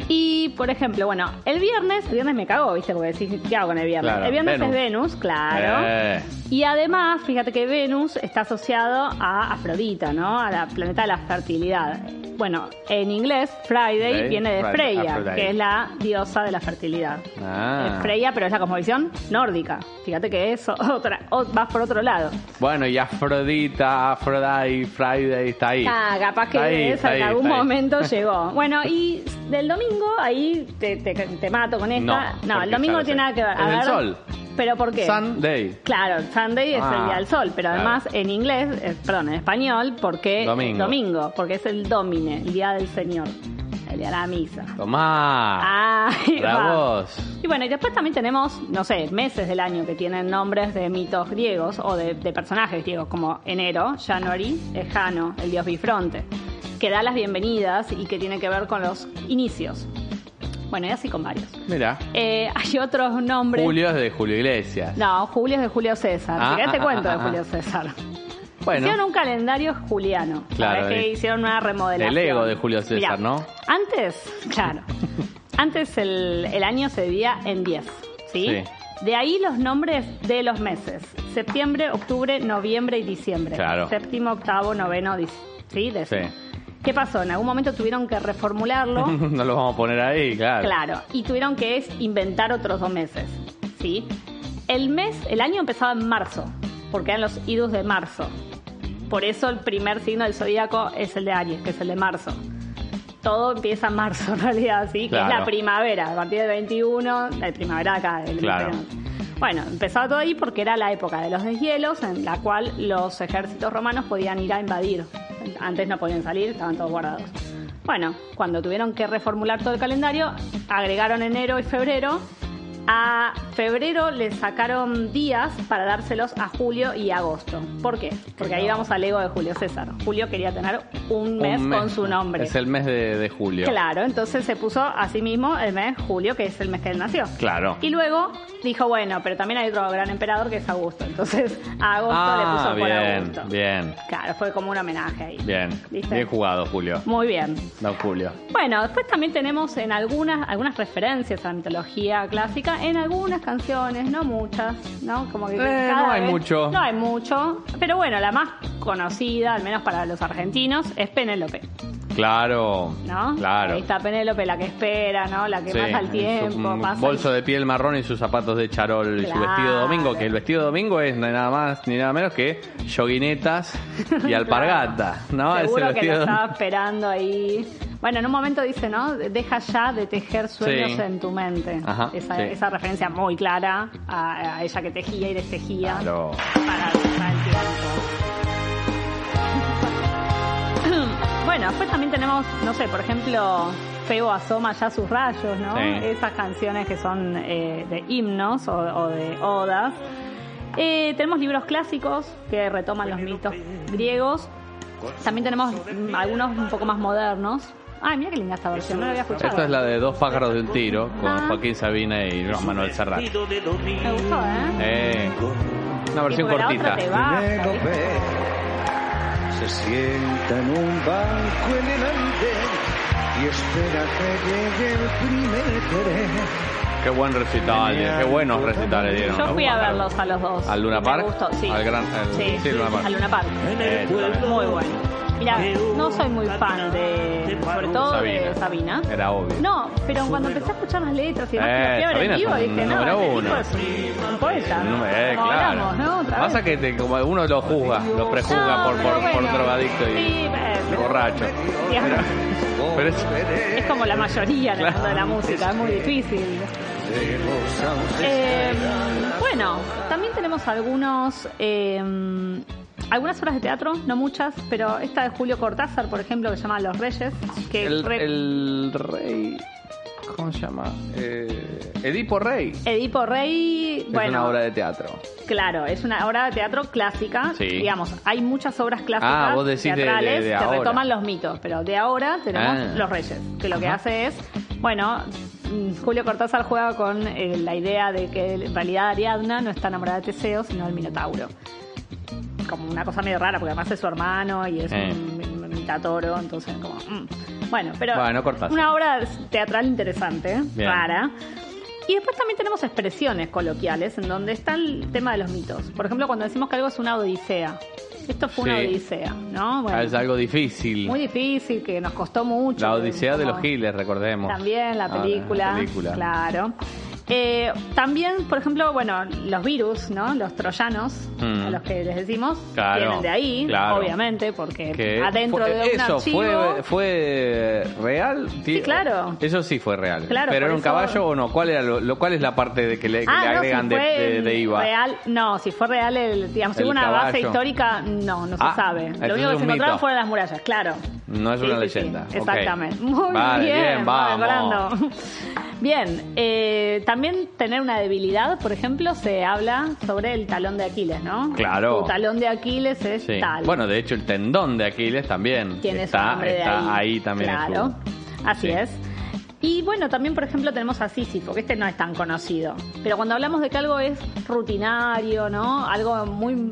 [SPEAKER 3] Y, por ejemplo, bueno, el viernes, el viernes me cago, ¿viste? Porque decís, ¿qué hago con el viernes?
[SPEAKER 2] Claro,
[SPEAKER 3] el viernes
[SPEAKER 2] Venus.
[SPEAKER 3] es Venus, claro.
[SPEAKER 2] Eh,
[SPEAKER 3] Y además, fíjate que Venus está asociado a Afrodita, ¿no? A la planeta de la fertilidad. Bueno, en inglés, Friday
[SPEAKER 2] Friday,
[SPEAKER 3] viene de
[SPEAKER 2] Friday,
[SPEAKER 3] Freya,
[SPEAKER 2] Aphrodite.
[SPEAKER 3] que es la diosa de la fertilidad.
[SPEAKER 2] Ah.
[SPEAKER 3] Es Freya, pero es la cosmovisión nórdica. Fíjate que eso otra, o- vas por otro lado.
[SPEAKER 2] Bueno, y Afrodita, Aphrodite, Friday, está ahí.
[SPEAKER 3] Ah, capaz que
[SPEAKER 2] Está ahí,
[SPEAKER 3] eso
[SPEAKER 2] está
[SPEAKER 3] en
[SPEAKER 2] ahí,
[SPEAKER 3] algún
[SPEAKER 2] está ahí.
[SPEAKER 3] momento llegó. Bueno, y del domingo, ahí te, te- te mato con esta.
[SPEAKER 2] No, porque
[SPEAKER 3] el
[SPEAKER 2] ya
[SPEAKER 3] domingo no
[SPEAKER 2] lo
[SPEAKER 3] tiene
[SPEAKER 2] sé.
[SPEAKER 3] nada que ver. A
[SPEAKER 2] Es del
[SPEAKER 3] ver,
[SPEAKER 2] sol.
[SPEAKER 3] ¿Pero por qué?
[SPEAKER 2] Sunday.
[SPEAKER 3] Claro, Sunday es el
[SPEAKER 2] Ah,
[SPEAKER 3] día del sol, pero
[SPEAKER 2] claro.
[SPEAKER 3] además en inglés, eh, perdón, en español, porque
[SPEAKER 2] Domingo.
[SPEAKER 3] domingo, porque es el domine, el día del Señor, el día de la misa.
[SPEAKER 2] Tomá.
[SPEAKER 3] Ah,
[SPEAKER 2] la voz.
[SPEAKER 3] Y bueno, y después también tenemos, no sé, meses del año que tienen nombres de mitos griegos o de, de personajes griegos, como enero, January, es Jano, el dios bifronte, que da las bienvenidas y que tiene que ver con los inicios. Bueno, y así con varios.
[SPEAKER 2] Mira.
[SPEAKER 3] Eh, hay otros nombres.
[SPEAKER 2] Julio es de Julio Iglesias.
[SPEAKER 3] No, Julio es de Julio César.
[SPEAKER 2] Ah,
[SPEAKER 3] Si querés te
[SPEAKER 2] ah,
[SPEAKER 3] cuento
[SPEAKER 2] ah,
[SPEAKER 3] de
[SPEAKER 2] ah,
[SPEAKER 3] Julio
[SPEAKER 2] ah.
[SPEAKER 3] César.
[SPEAKER 2] Bueno.
[SPEAKER 3] Hicieron un calendario juliano.
[SPEAKER 2] Claro,
[SPEAKER 3] Sabés que
[SPEAKER 2] de-
[SPEAKER 3] hicieron una remodelación.
[SPEAKER 2] del ego de Julio César,
[SPEAKER 3] Mirá,
[SPEAKER 2] ¿no?
[SPEAKER 3] Antes, claro. antes el, el año se dividía en 10, ¿sí?
[SPEAKER 2] Sí.
[SPEAKER 3] De ahí los nombres de los meses. Septiembre, octubre, noviembre y diciembre.
[SPEAKER 2] Claro.
[SPEAKER 3] Séptimo, octavo, noveno, dic- ¿sí? Décimo.
[SPEAKER 2] Sí.
[SPEAKER 3] ¿Qué pasó? En algún momento tuvieron que reformularlo.
[SPEAKER 2] no lo vamos a poner ahí, claro.
[SPEAKER 3] Claro, y tuvieron que es inventar otros dos meses, ¿sí? El mes, el año empezaba en marzo, porque eran los idus de marzo. Por eso el primer signo del zodíaco es el de Aries, que es el de marzo. Todo empieza en marzo en realidad, ¿sí? Que es
[SPEAKER 2] Claro.
[SPEAKER 3] la primavera, a partir del 21, la primavera acá, el
[SPEAKER 2] Claro.
[SPEAKER 3] hemisferio. Bueno, empezaba todo ahí porque era la época de los deshielos, en la cual los ejércitos romanos podían ir a invadir. Antes no podían salir, estaban todos guardados. Bueno, cuando tuvieron que reformular todo el calendario, agregaron enero y febrero a febrero le sacaron días para dárselos a julio y agosto. ¿Por qué? Porque ahí vamos al ego de Julio César. Julio quería tener un mes,
[SPEAKER 2] Un mes.
[SPEAKER 3] con su nombre.
[SPEAKER 2] Es el mes de, de julio.
[SPEAKER 3] Claro, entonces se puso a sí mismo el mes julio, que es el mes que él nació.
[SPEAKER 2] Claro.
[SPEAKER 3] Y luego dijo, bueno, pero también hay otro gran emperador que es Augusto. Entonces a Augusto
[SPEAKER 2] ah,
[SPEAKER 3] le puso por
[SPEAKER 2] bien,
[SPEAKER 3] Augusto.
[SPEAKER 2] bien,
[SPEAKER 3] Claro, fue como un homenaje ahí.
[SPEAKER 2] bien.
[SPEAKER 3] ¿Viste?
[SPEAKER 2] Bien jugado, Julio.
[SPEAKER 3] Muy bien.
[SPEAKER 2] Don Julio.
[SPEAKER 3] Bueno, después también tenemos en algunas, algunas referencias a la mitología clásica, en algunas canciones, no muchas, ¿no? Como que
[SPEAKER 2] Eh, no hay mucho.
[SPEAKER 3] No hay mucho. Pero bueno, la más conocida, al menos para los argentinos, es Penélope,
[SPEAKER 2] Claro.
[SPEAKER 3] ¿no?
[SPEAKER 2] Claro.
[SPEAKER 3] Ahí está Penélope, la que espera, ¿no? La que
[SPEAKER 2] Sí,
[SPEAKER 3] pasa
[SPEAKER 2] en
[SPEAKER 3] el
[SPEAKER 2] su,
[SPEAKER 3] tiempo,
[SPEAKER 2] mm,
[SPEAKER 3] pasa.
[SPEAKER 2] bolso de piel marrón y sus zapatos de charol y su vestido de domingo,
[SPEAKER 3] Claro.
[SPEAKER 2] que el vestido de domingo es nada más ni nada menos que yoguinetas y alpargatas, ¿no? Es el
[SPEAKER 3] Seguro que
[SPEAKER 2] vestido
[SPEAKER 3] la
[SPEAKER 2] de-
[SPEAKER 3] estaba esperando ahí. Bueno, en un momento dice, ¿no? Deja ya de tejer sueños
[SPEAKER 2] Sí.
[SPEAKER 3] en tu mente.
[SPEAKER 2] Ajá,
[SPEAKER 3] esa,
[SPEAKER 2] sí.
[SPEAKER 3] esa referencia muy clara a, a ella que tejía y destejía.
[SPEAKER 2] Claro.
[SPEAKER 3] para pasar el tiempo. Bueno, después también tenemos, no sé, por ejemplo, Febo asoma ya sus rayos, ¿no?
[SPEAKER 2] Sí.
[SPEAKER 3] Esas canciones que son eh, de himnos o, o de odas. Eh, tenemos libros clásicos que retoman los mitos griegos. También tenemos mm, algunos un poco más modernos. Ay, mira qué linda esta versión, no la había escuchado.
[SPEAKER 2] Esta es la de dos pájaros de un tiro con
[SPEAKER 3] Ah.
[SPEAKER 2] Joaquín Sabina y Luis Manuel Serrat.
[SPEAKER 3] Me gustó, ¿eh?
[SPEAKER 2] Eh, una
[SPEAKER 3] Sí,
[SPEAKER 2] versión
[SPEAKER 3] porque la otra
[SPEAKER 2] cortita.
[SPEAKER 3] te baja,
[SPEAKER 2] Ah,
[SPEAKER 3] ¿viste?
[SPEAKER 1] Penélope se sienta en un banco en el andén y espera que llegue el primer tren.
[SPEAKER 2] Qué buen recital, eh, qué buenos recitales dieron.
[SPEAKER 3] Yo
[SPEAKER 2] ¿no?
[SPEAKER 3] fui a verlos a los dos.
[SPEAKER 2] ¿Al Luna
[SPEAKER 3] Me
[SPEAKER 2] Park?
[SPEAKER 3] gustó, sí.
[SPEAKER 2] Al gran- al-
[SPEAKER 3] sí,
[SPEAKER 2] sí, Luna Park.
[SPEAKER 3] al Luna Park.
[SPEAKER 2] Eh, yo también.
[SPEAKER 3] Muy bueno. Mira, no soy muy fan de. Sobre todo de Sabina.
[SPEAKER 2] Era obvio.
[SPEAKER 3] No, pero cuando empecé a escuchar las letras y demás,
[SPEAKER 2] Eh,
[SPEAKER 3] que lo fui a ver
[SPEAKER 2] Sabina
[SPEAKER 3] en
[SPEAKER 2] es
[SPEAKER 3] vivo,
[SPEAKER 2] un
[SPEAKER 3] dije, no,
[SPEAKER 2] número
[SPEAKER 3] este
[SPEAKER 2] uno.
[SPEAKER 3] tipo es un poeta.
[SPEAKER 2] No,
[SPEAKER 3] ¿no?
[SPEAKER 2] eh,
[SPEAKER 3] Como
[SPEAKER 2] claro.
[SPEAKER 3] hablamos, ¿no? Otra
[SPEAKER 2] Pasa
[SPEAKER 3] vez.
[SPEAKER 2] que te- como uno lo juzga, lo prejuzga
[SPEAKER 3] No,
[SPEAKER 2] por,
[SPEAKER 3] pero
[SPEAKER 2] por, por
[SPEAKER 3] bueno.
[SPEAKER 2] drogadicto y
[SPEAKER 3] Sí, pero-
[SPEAKER 2] borracho.
[SPEAKER 3] Ya.
[SPEAKER 2] Pero es-
[SPEAKER 3] Es como la mayoría en el mundo de la música, es muy difícil. Eh, bueno, también tenemos algunos eh, algunas obras de teatro, no muchas, pero esta de Julio Cortázar, por ejemplo, que se llama Los Reyes, que
[SPEAKER 2] el,
[SPEAKER 3] re-
[SPEAKER 2] el rey. ¿Cómo se llama? Eh, Edipo Rey.
[SPEAKER 3] Edipo Rey,
[SPEAKER 2] es
[SPEAKER 3] bueno,
[SPEAKER 2] una obra de teatro.
[SPEAKER 3] claro, es una obra de teatro clásica,
[SPEAKER 2] Sí.
[SPEAKER 3] digamos, hay muchas obras clásicas
[SPEAKER 2] Ah, vos decís de- de-
[SPEAKER 3] teatrales
[SPEAKER 2] de
[SPEAKER 3] que
[SPEAKER 2] ahora.
[SPEAKER 3] retoman los mitos, pero de ahora tenemos
[SPEAKER 2] Ah.
[SPEAKER 3] Los Reyes, que lo que
[SPEAKER 2] Ajá.
[SPEAKER 3] hace es, bueno, mm, Julio Cortázar juega con eh, la idea de que en realidad Ariadna no está enamorada de Teseo, sino del Minotauro. Como una cosa medio rara, porque además es su hermano y es
[SPEAKER 2] Eh.
[SPEAKER 3] un, un mitatoro, entonces como... mm. Bueno, pero
[SPEAKER 2] Bueno, Cortázar.
[SPEAKER 3] una obra teatral interesante,
[SPEAKER 2] Bien.
[SPEAKER 3] rara. Y después también tenemos expresiones coloquiales en donde está el tema de los mitos. Por ejemplo, cuando decimos que algo es una odisea. Esto fue una
[SPEAKER 2] Sí.
[SPEAKER 3] odisea, ¿no? Bueno,
[SPEAKER 2] Es algo difícil.
[SPEAKER 3] muy difícil, que nos costó mucho.
[SPEAKER 2] La Odisea de
[SPEAKER 3] como-
[SPEAKER 2] los Giles, recordemos.
[SPEAKER 3] También la
[SPEAKER 2] Ah,
[SPEAKER 3] película.
[SPEAKER 2] película.
[SPEAKER 3] Claro. Eh, también, por ejemplo, bueno, los virus, ¿no? Los troyanos,
[SPEAKER 2] Mm.
[SPEAKER 3] a los que les decimos,
[SPEAKER 2] Claro,
[SPEAKER 3] vienen de ahí,
[SPEAKER 2] claro.
[SPEAKER 3] obviamente, porque
[SPEAKER 2] Que
[SPEAKER 3] adentro
[SPEAKER 2] fue-
[SPEAKER 3] de un
[SPEAKER 2] eso
[SPEAKER 3] archivo...
[SPEAKER 2] fue fue real
[SPEAKER 3] Sí, claro.
[SPEAKER 2] eso sí fue real
[SPEAKER 3] Claro,
[SPEAKER 2] pero
[SPEAKER 3] por
[SPEAKER 2] era un
[SPEAKER 3] eso-
[SPEAKER 2] caballo o no cuál era lo, lo- cuál es la parte de que le, que
[SPEAKER 3] Ah,
[SPEAKER 2] le
[SPEAKER 3] no,
[SPEAKER 2] agregan
[SPEAKER 3] si
[SPEAKER 2] de-
[SPEAKER 3] fue
[SPEAKER 2] de, de IVA
[SPEAKER 3] Real, no, si fue real, el, digamos, si
[SPEAKER 2] El
[SPEAKER 3] hubo una base
[SPEAKER 2] caballo.
[SPEAKER 3] histórica, no, no se
[SPEAKER 2] Ah,
[SPEAKER 3] sabe.
[SPEAKER 2] entonces
[SPEAKER 3] Lo único que
[SPEAKER 2] es un
[SPEAKER 3] se
[SPEAKER 2] mito.
[SPEAKER 3] encontraron fueron las murallas, claro.
[SPEAKER 2] No es una leyenda. Ok.
[SPEAKER 3] Exactamente. Muy
[SPEAKER 2] Vale,
[SPEAKER 3] bien,
[SPEAKER 2] bien, vamos.
[SPEAKER 3] Fernando. Bien, eh, también tener una debilidad, por ejemplo, se habla sobre el talón de Aquiles, ¿no?
[SPEAKER 2] Claro.
[SPEAKER 3] Tu talón de Aquiles es
[SPEAKER 2] Sí.
[SPEAKER 3] tal.
[SPEAKER 2] bueno de hecho el tendón de Aquiles también
[SPEAKER 3] Tiene su
[SPEAKER 2] está
[SPEAKER 3] nombre de
[SPEAKER 2] está ahí, también en su-
[SPEAKER 3] Claro, así
[SPEAKER 2] Sí.
[SPEAKER 3] es. Y bueno, también por ejemplo tenemos a Sísifo, que este no es tan conocido. Pero cuando hablamos de que algo es rutinario, ¿no? Algo muy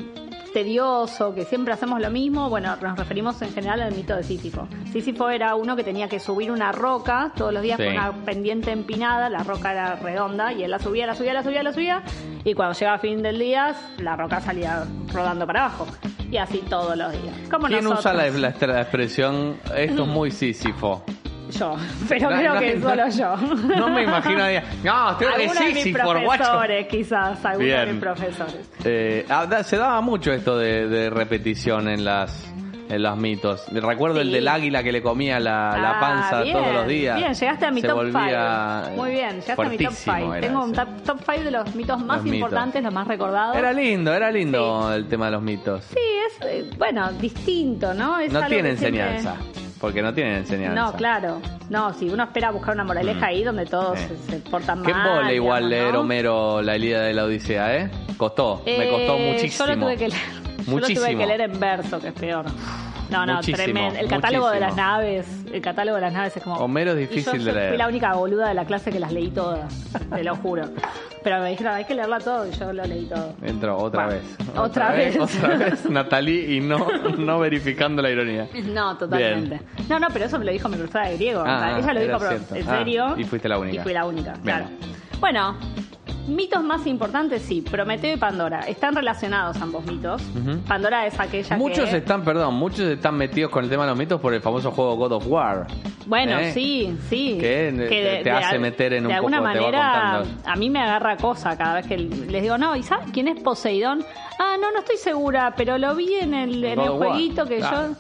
[SPEAKER 3] tedioso, que siempre hacemos lo mismo, bueno, nos referimos en general al mito de Sísifo. Sísifo era uno que tenía que subir una roca todos los días
[SPEAKER 2] Sí.
[SPEAKER 3] con una pendiente empinada, la roca era redonda y él la subía, la subía, la subía, la subía y cuando llegaba fin del día la roca salía rodando para abajo y así todos los días. Como
[SPEAKER 2] ¿Quién usa
[SPEAKER 3] nosotros.
[SPEAKER 2] la, la- la expresión esto es muy sísifo?
[SPEAKER 3] Yo, pero
[SPEAKER 2] No,
[SPEAKER 3] creo
[SPEAKER 2] no,
[SPEAKER 3] que
[SPEAKER 2] no.
[SPEAKER 3] solo yo.
[SPEAKER 2] No me imagino a alguien, No, estoy re
[SPEAKER 3] Algunos de mis
[SPEAKER 2] sísifo, guacho.
[SPEAKER 3] profesores, quizás, algunos de
[SPEAKER 2] Bien.
[SPEAKER 3] mis profesores.
[SPEAKER 2] Eh, ah, da- se daba mucho esto de, de repetición en las en los mitos. Recuerdo el
[SPEAKER 3] Sí.
[SPEAKER 2] del águila que le comía la, la
[SPEAKER 3] Ah,
[SPEAKER 2] panza
[SPEAKER 3] bien,
[SPEAKER 2] todos los días.
[SPEAKER 3] Bien, llegaste a mi
[SPEAKER 2] Se
[SPEAKER 3] top
[SPEAKER 2] volvía,
[SPEAKER 3] 5.
[SPEAKER 2] eh,
[SPEAKER 3] Muy bien, llegaste a mi top
[SPEAKER 2] fuertísimo
[SPEAKER 3] 5.
[SPEAKER 2] era
[SPEAKER 3] Tengo un
[SPEAKER 2] ese.
[SPEAKER 3] top, 5 de los mitos más
[SPEAKER 2] Los mitos.
[SPEAKER 3] importantes, los más recordados.
[SPEAKER 2] Era lindo, era lindo el tema de los mitos.
[SPEAKER 3] sí, es, eh, bueno, distinto, ¿no? Es
[SPEAKER 2] no
[SPEAKER 3] algo
[SPEAKER 2] tiene
[SPEAKER 3] que siempre-
[SPEAKER 2] enseñanza, porque no tienen enseñanza.
[SPEAKER 3] No, claro. No, si uno espera buscar una moraleja
[SPEAKER 2] Mm.
[SPEAKER 3] ahí donde todos
[SPEAKER 2] Sí.
[SPEAKER 3] se, se portan
[SPEAKER 2] Qué
[SPEAKER 3] mal.
[SPEAKER 2] bola igual
[SPEAKER 3] digamos,
[SPEAKER 2] leer
[SPEAKER 3] ¿no?
[SPEAKER 2] Homero la Ilíada de la Odisea, ¿eh? Costó, me costó
[SPEAKER 3] Eh,
[SPEAKER 2] muchísimo.
[SPEAKER 3] Yo lo tuve que leer. Yo lo tuve
[SPEAKER 2] Muchísimo.
[SPEAKER 3] que leer en verso, que es peor. No, no,
[SPEAKER 2] Muchísimo,
[SPEAKER 3] tremendo. El catálogo de las
[SPEAKER 2] muchísimo.
[SPEAKER 3] naves, el catálogo de las naves es como.
[SPEAKER 2] Homero es
[SPEAKER 3] Y
[SPEAKER 2] difícil
[SPEAKER 3] yo,
[SPEAKER 2] de
[SPEAKER 3] yo
[SPEAKER 2] leer.
[SPEAKER 3] Fui la única boluda de la clase que las leí todas, te lo juro. Pero me dijeron, hay que leerla todo y yo lo leí todo.
[SPEAKER 2] Entró otra
[SPEAKER 3] Bueno,
[SPEAKER 2] vez.
[SPEAKER 3] otra vez.
[SPEAKER 2] Otra vez. Natalie y no, no verificando la ironía.
[SPEAKER 3] No, totalmente. No, no, pero eso me lo dijo mi profesora de griego.
[SPEAKER 2] Ah,
[SPEAKER 3] O sea, ella lo
[SPEAKER 2] era
[SPEAKER 3] dijo, pero
[SPEAKER 2] cierto.
[SPEAKER 3] en
[SPEAKER 2] Ah,
[SPEAKER 3] serio.
[SPEAKER 2] y fuiste la única.
[SPEAKER 3] Y fui la única,
[SPEAKER 2] Bien.
[SPEAKER 3] claro. Bueno, mitos más importantes, sí. Prometeo y Pandora. Están relacionados ambos mitos.
[SPEAKER 2] Ujú.
[SPEAKER 3] Pandora es aquella
[SPEAKER 2] Muchos
[SPEAKER 3] que...
[SPEAKER 2] están, perdón, muchos están metidos con el tema de los mitos por el famoso juego God of War.
[SPEAKER 3] Bueno,
[SPEAKER 2] ¿eh?
[SPEAKER 3] sí, sí.
[SPEAKER 2] Que te- te hace
[SPEAKER 3] al-
[SPEAKER 2] meter en un
[SPEAKER 3] De alguna
[SPEAKER 2] poco, te va
[SPEAKER 3] manera,
[SPEAKER 2] contando.
[SPEAKER 3] a mí me agarra cosa cada vez que les digo, no, ¿y sabes quién es Poseidón? Ah, no, no estoy segura, pero lo vi en el, en
[SPEAKER 2] God
[SPEAKER 3] el
[SPEAKER 2] of War,
[SPEAKER 3] jueguito que
[SPEAKER 2] claro.
[SPEAKER 3] yo...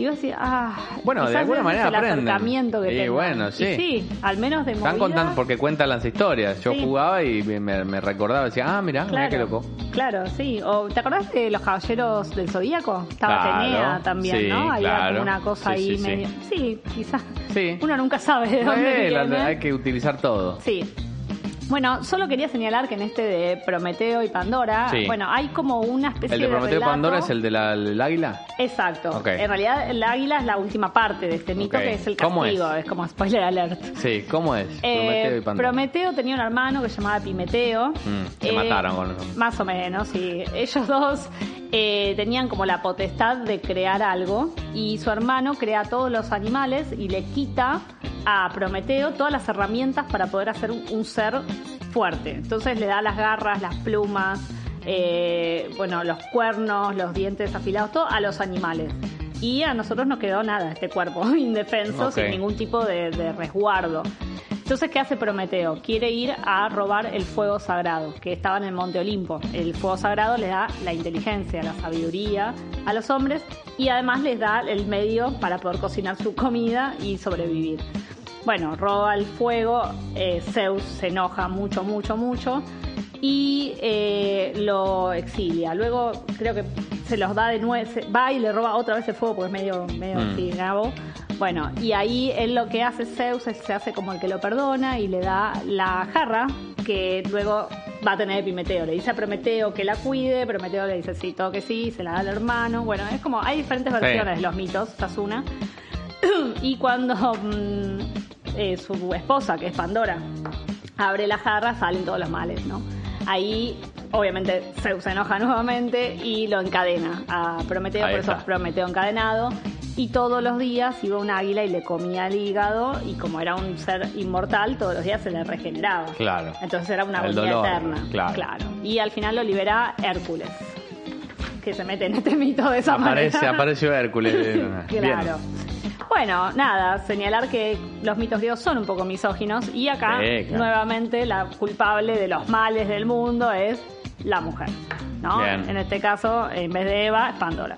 [SPEAKER 3] Y vos decís, ah,
[SPEAKER 2] Bueno, de
[SPEAKER 3] quizás
[SPEAKER 2] alguna
[SPEAKER 3] ese
[SPEAKER 2] manera
[SPEAKER 3] es el
[SPEAKER 2] aprenden.
[SPEAKER 3] acercamiento que
[SPEAKER 2] Y
[SPEAKER 3] tengo.
[SPEAKER 2] bueno,
[SPEAKER 3] Y
[SPEAKER 2] sí.
[SPEAKER 3] sí, al menos de
[SPEAKER 2] Están
[SPEAKER 3] movida,
[SPEAKER 2] contando porque cuentan las historias. Yo
[SPEAKER 3] Sí.
[SPEAKER 2] jugaba y me, me recordaba, decía, ah, mirá, mirá
[SPEAKER 3] Claro,
[SPEAKER 2] qué loco.
[SPEAKER 3] claro, sí. O, ¿Te acordás de los caballeros del Zodíaco? Estaba
[SPEAKER 2] Claro,
[SPEAKER 3] Atenea también,
[SPEAKER 2] sí,
[SPEAKER 3] ¿no? Había
[SPEAKER 2] claro.
[SPEAKER 3] como una
[SPEAKER 2] Sí,
[SPEAKER 3] cosa ahí
[SPEAKER 2] sí, sí.
[SPEAKER 3] medio... Sí, quizás.
[SPEAKER 2] Sí.
[SPEAKER 3] Uno nunca sabe de dónde
[SPEAKER 2] Eh, la-
[SPEAKER 3] viene.
[SPEAKER 2] hay que utilizar todo.
[SPEAKER 3] Sí. Bueno, solo quería señalar que en este de Prometeo y Pandora,
[SPEAKER 2] Sí.
[SPEAKER 3] bueno, hay como una especie
[SPEAKER 2] El de Prometeo y
[SPEAKER 3] relato.
[SPEAKER 2] Pandora es el del águila.
[SPEAKER 3] Exacto.
[SPEAKER 2] Ok.
[SPEAKER 3] En realidad, el águila es la última parte de este mito
[SPEAKER 2] Ok.
[SPEAKER 3] que es el
[SPEAKER 2] ¿Cómo
[SPEAKER 3] castigo.
[SPEAKER 2] es?
[SPEAKER 3] es como spoiler alert.
[SPEAKER 2] Sí, ¿cómo es? Prometeo
[SPEAKER 3] Eh,
[SPEAKER 2] y Pandora.
[SPEAKER 3] Prometeo tenía un hermano que se llamaba Eh, Pimeteo.
[SPEAKER 2] Mm, que mataron con los-
[SPEAKER 3] Más o menos, sí. Ellos dos eh, tenían como la potestad de crear algo y su hermano crea todos los animales y le quita a Prometeo todas las herramientas para poder hacer un, un ser fuerte. Entonces le da las garras, las plumas, eh, bueno, los cuernos, los dientes afilados, todo a los animales. Y a nosotros no quedó nada este cuerpo indefenso,
[SPEAKER 2] Ok.
[SPEAKER 3] sin ningún tipo de, de resguardo. Entonces, ¿qué hace Prometeo? Quiere ir a robar el fuego sagrado, que estaba en el Monte Olimpo. El fuego sagrado les da la inteligencia, la sabiduría a los hombres y además les da el medio para poder cocinar su comida y sobrevivir. Bueno, roba el fuego, eh, Zeus se enoja mucho, mucho, mucho y eh, lo exilia. Luego creo que se los da de nuevo, va y le roba otra vez el fuego porque es medio, medio
[SPEAKER 2] Mm.
[SPEAKER 3] así, Gabo. Bueno, y ahí él lo que hace Zeus es se hace como el que lo perdona y le da la jarra que luego va a tener Epimeteo. Le dice a Prometeo que la cuide, Prometeo le dice sí, todo que sí, se la da al hermano. Bueno, es como, hay diferentes
[SPEAKER 2] Sí.
[SPEAKER 3] versiones de los mitos, esta es una. Y cuando mm, eh, su esposa, que es Pandora, abre la jarra, salen todos los males, ¿no? Ahí, obviamente, Zeus se enoja nuevamente y lo encadena a Prometeo,
[SPEAKER 2] Ahí
[SPEAKER 3] por eso
[SPEAKER 2] está.
[SPEAKER 3] es Prometeo encadenado. Y todos los días iba un águila y le comía el hígado, y como era un ser inmortal, todos los días se le regeneraba.
[SPEAKER 2] Claro.
[SPEAKER 3] Entonces era una
[SPEAKER 2] El
[SPEAKER 3] agonía
[SPEAKER 2] dolor,
[SPEAKER 3] eterna.
[SPEAKER 2] claro.
[SPEAKER 3] Y al final lo libera Hércules, que se mete en este mito de esa
[SPEAKER 2] Aparece,
[SPEAKER 3] manera.
[SPEAKER 2] apareció Hércules. Bien.
[SPEAKER 3] Claro. Bueno, nada, señalar que los mitos griegos son un poco misóginos y acá
[SPEAKER 2] Sí, claro.
[SPEAKER 3] nuevamente la culpable de los males del mundo es la mujer, ¿no?
[SPEAKER 2] Bien.
[SPEAKER 3] En este caso, en vez de Eva, es Pandora.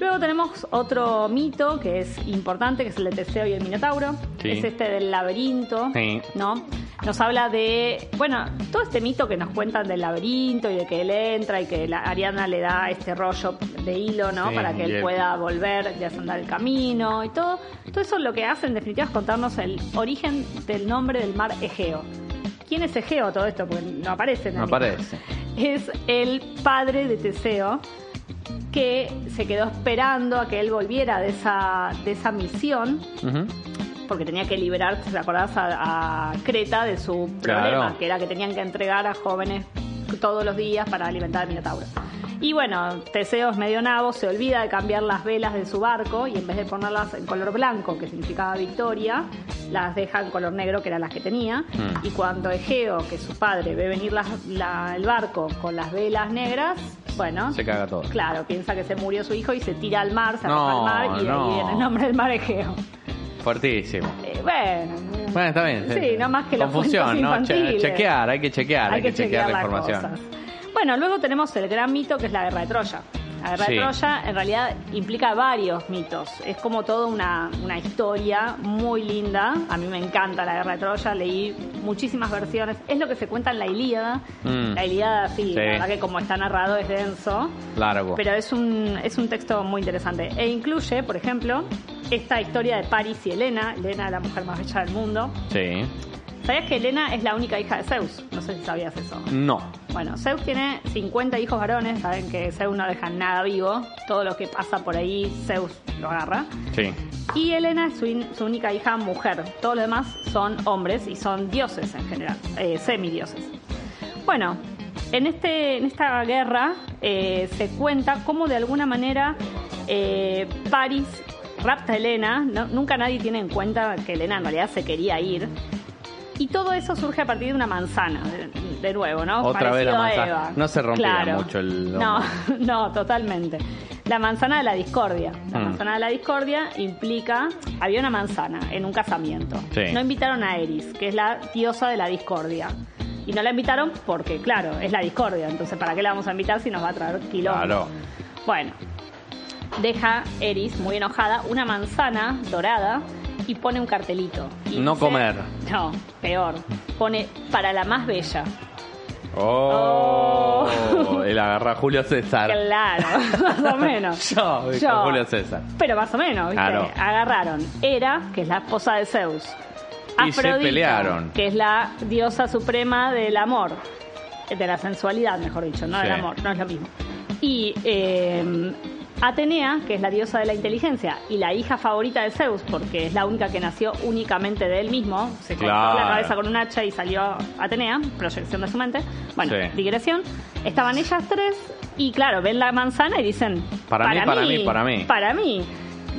[SPEAKER 3] Luego tenemos otro mito que es importante, que es el de Teseo y el Minotauro.
[SPEAKER 2] Sí.
[SPEAKER 3] Es este del laberinto,
[SPEAKER 2] Sí.
[SPEAKER 3] ¿no? Nos habla de, bueno, todo este mito que nos cuentan del laberinto y de que él entra y que la Ariana le da este rollo de hilo, ¿no?
[SPEAKER 2] Sí,
[SPEAKER 3] Para que
[SPEAKER 2] y
[SPEAKER 3] él
[SPEAKER 2] él-
[SPEAKER 3] pueda a volver, de andar el camino y todo. Todo eso lo que hace en definitiva es contarnos el origen del nombre del mar Egeo. ¿Quién es Egeo todo esto? Porque no aparece en el
[SPEAKER 2] No
[SPEAKER 3] mito.
[SPEAKER 2] aparece.
[SPEAKER 3] Es el padre de Teseo que se quedó esperando a que él volviera de esa, de esa misión
[SPEAKER 2] Ujú.
[SPEAKER 3] porque tenía que liberar, ¿te acordás? A, a Creta de su
[SPEAKER 2] Claro.
[SPEAKER 3] problema, que era que tenían que entregar a jóvenes todos los días para alimentar al Minotauro. Y bueno, Teseo es medio nabo, se olvida de cambiar las velas de su barco y en vez de ponerlas en color blanco, que significaba victoria, las deja en color negro, que eran las que tenía.
[SPEAKER 2] Mm.
[SPEAKER 3] Y cuando Egeo, que es su padre, ve venir las- la- el barco con las velas negras, bueno,
[SPEAKER 2] Se caga todo.
[SPEAKER 3] claro, piensa que se murió su hijo y se tira al mar, se
[SPEAKER 2] No,
[SPEAKER 3] arroja al mar y de ahí
[SPEAKER 2] no.
[SPEAKER 3] viene el nombre del mar Egeo.
[SPEAKER 2] Fuertísimo.
[SPEAKER 3] Eh, bueno,
[SPEAKER 2] Bueno, está bien. eh,
[SPEAKER 3] Sí, no más que los
[SPEAKER 2] Confusión,
[SPEAKER 3] cuentos
[SPEAKER 2] ¿no? Che-
[SPEAKER 3] infantiles.
[SPEAKER 2] chequear, hay que chequear, hay, que, chequear, la
[SPEAKER 3] las
[SPEAKER 2] información.
[SPEAKER 3] cosas. Bueno, luego tenemos el gran mito que es la guerra de Troya. La guerra
[SPEAKER 2] Sí.
[SPEAKER 3] de Troya en realidad implica varios mitos. Es como toda una, una historia muy linda. A mí me encanta la guerra de Troya, leí muchísimas versiones. Es lo que se cuenta en la Ilíada.
[SPEAKER 2] Mm.
[SPEAKER 3] La Ilíada, sí,
[SPEAKER 2] Sí.
[SPEAKER 3] la verdad que como está narrado es denso.
[SPEAKER 2] Largo.
[SPEAKER 3] Pero es un, es un texto muy interesante. E incluye, por ejemplo, esta historia de Paris y Elena, Elena la mujer más bella del mundo.
[SPEAKER 2] Sí.
[SPEAKER 3] ¿Sabías que Elena es la única hija de Zeus? No sé si sabías eso.
[SPEAKER 2] No.
[SPEAKER 3] Bueno, Zeus tiene 50 hijos varones, saben que Zeus no deja nada vivo, todo lo que pasa por ahí Zeus lo agarra.
[SPEAKER 2] Sí.
[SPEAKER 3] Y Elena es su, in- su única hija mujer. Todos los demás son hombres y son dioses en general, eh, semidioses. Bueno, en, este, en esta guerra eh, se cuenta cómo de alguna manera eh, Paris rapta a Elena. ¿no? Nunca nadie tiene en cuenta que Elena en realidad se quería ir. Y todo eso surge a partir de una manzana, de, de nuevo, ¿no?
[SPEAKER 2] Otra vez la
[SPEAKER 3] Parecido a
[SPEAKER 2] manzana.
[SPEAKER 3] Eva.
[SPEAKER 2] No se rompía mucho el
[SPEAKER 3] No,
[SPEAKER 2] hombre.
[SPEAKER 3] no, totalmente. La manzana de la discordia. La
[SPEAKER 2] Mm.
[SPEAKER 3] manzana de la discordia implica. Había una manzana en un casamiento.
[SPEAKER 2] Sí.
[SPEAKER 3] No invitaron a Eris, que es la diosa de la discordia. Y no la invitaron porque, claro, es la discordia. Entonces, ¿para qué la vamos a invitar si nos va a traer quilombo?
[SPEAKER 2] Claro.
[SPEAKER 3] Bueno, deja Eris muy enojada una manzana dorada y pone un cartelito. Y
[SPEAKER 2] No comer.
[SPEAKER 3] No, peor. Pone para la más bella.
[SPEAKER 2] Oh.
[SPEAKER 3] Oh.
[SPEAKER 2] Él agarra a Julio César.
[SPEAKER 3] Claro, más o menos.
[SPEAKER 2] Yo, dijo
[SPEAKER 3] Yo.
[SPEAKER 2] Julio César.
[SPEAKER 3] Pero más o menos, ¿viste?
[SPEAKER 2] Claro.
[SPEAKER 3] Agarraron Hera, que es la esposa de Zeus.
[SPEAKER 2] Y se pelearon.
[SPEAKER 3] Que es la diosa suprema del amor. De la sensualidad, mejor dicho, no
[SPEAKER 2] Sí.
[SPEAKER 3] del amor, no es lo mismo. Y eh, Atenea, que es la diosa de la inteligencia y la hija favorita de Zeus, porque es la única que nació únicamente de él mismo. Se cortó la
[SPEAKER 2] Claro.
[SPEAKER 3] cabeza con un hacha y salió Atenea, proyección de su mente. Bueno,
[SPEAKER 2] Sí.
[SPEAKER 3] digresión. Estaban ellas tres y, claro, ven la manzana y dicen,
[SPEAKER 2] Para mí, para mí, para mí.
[SPEAKER 3] para mí.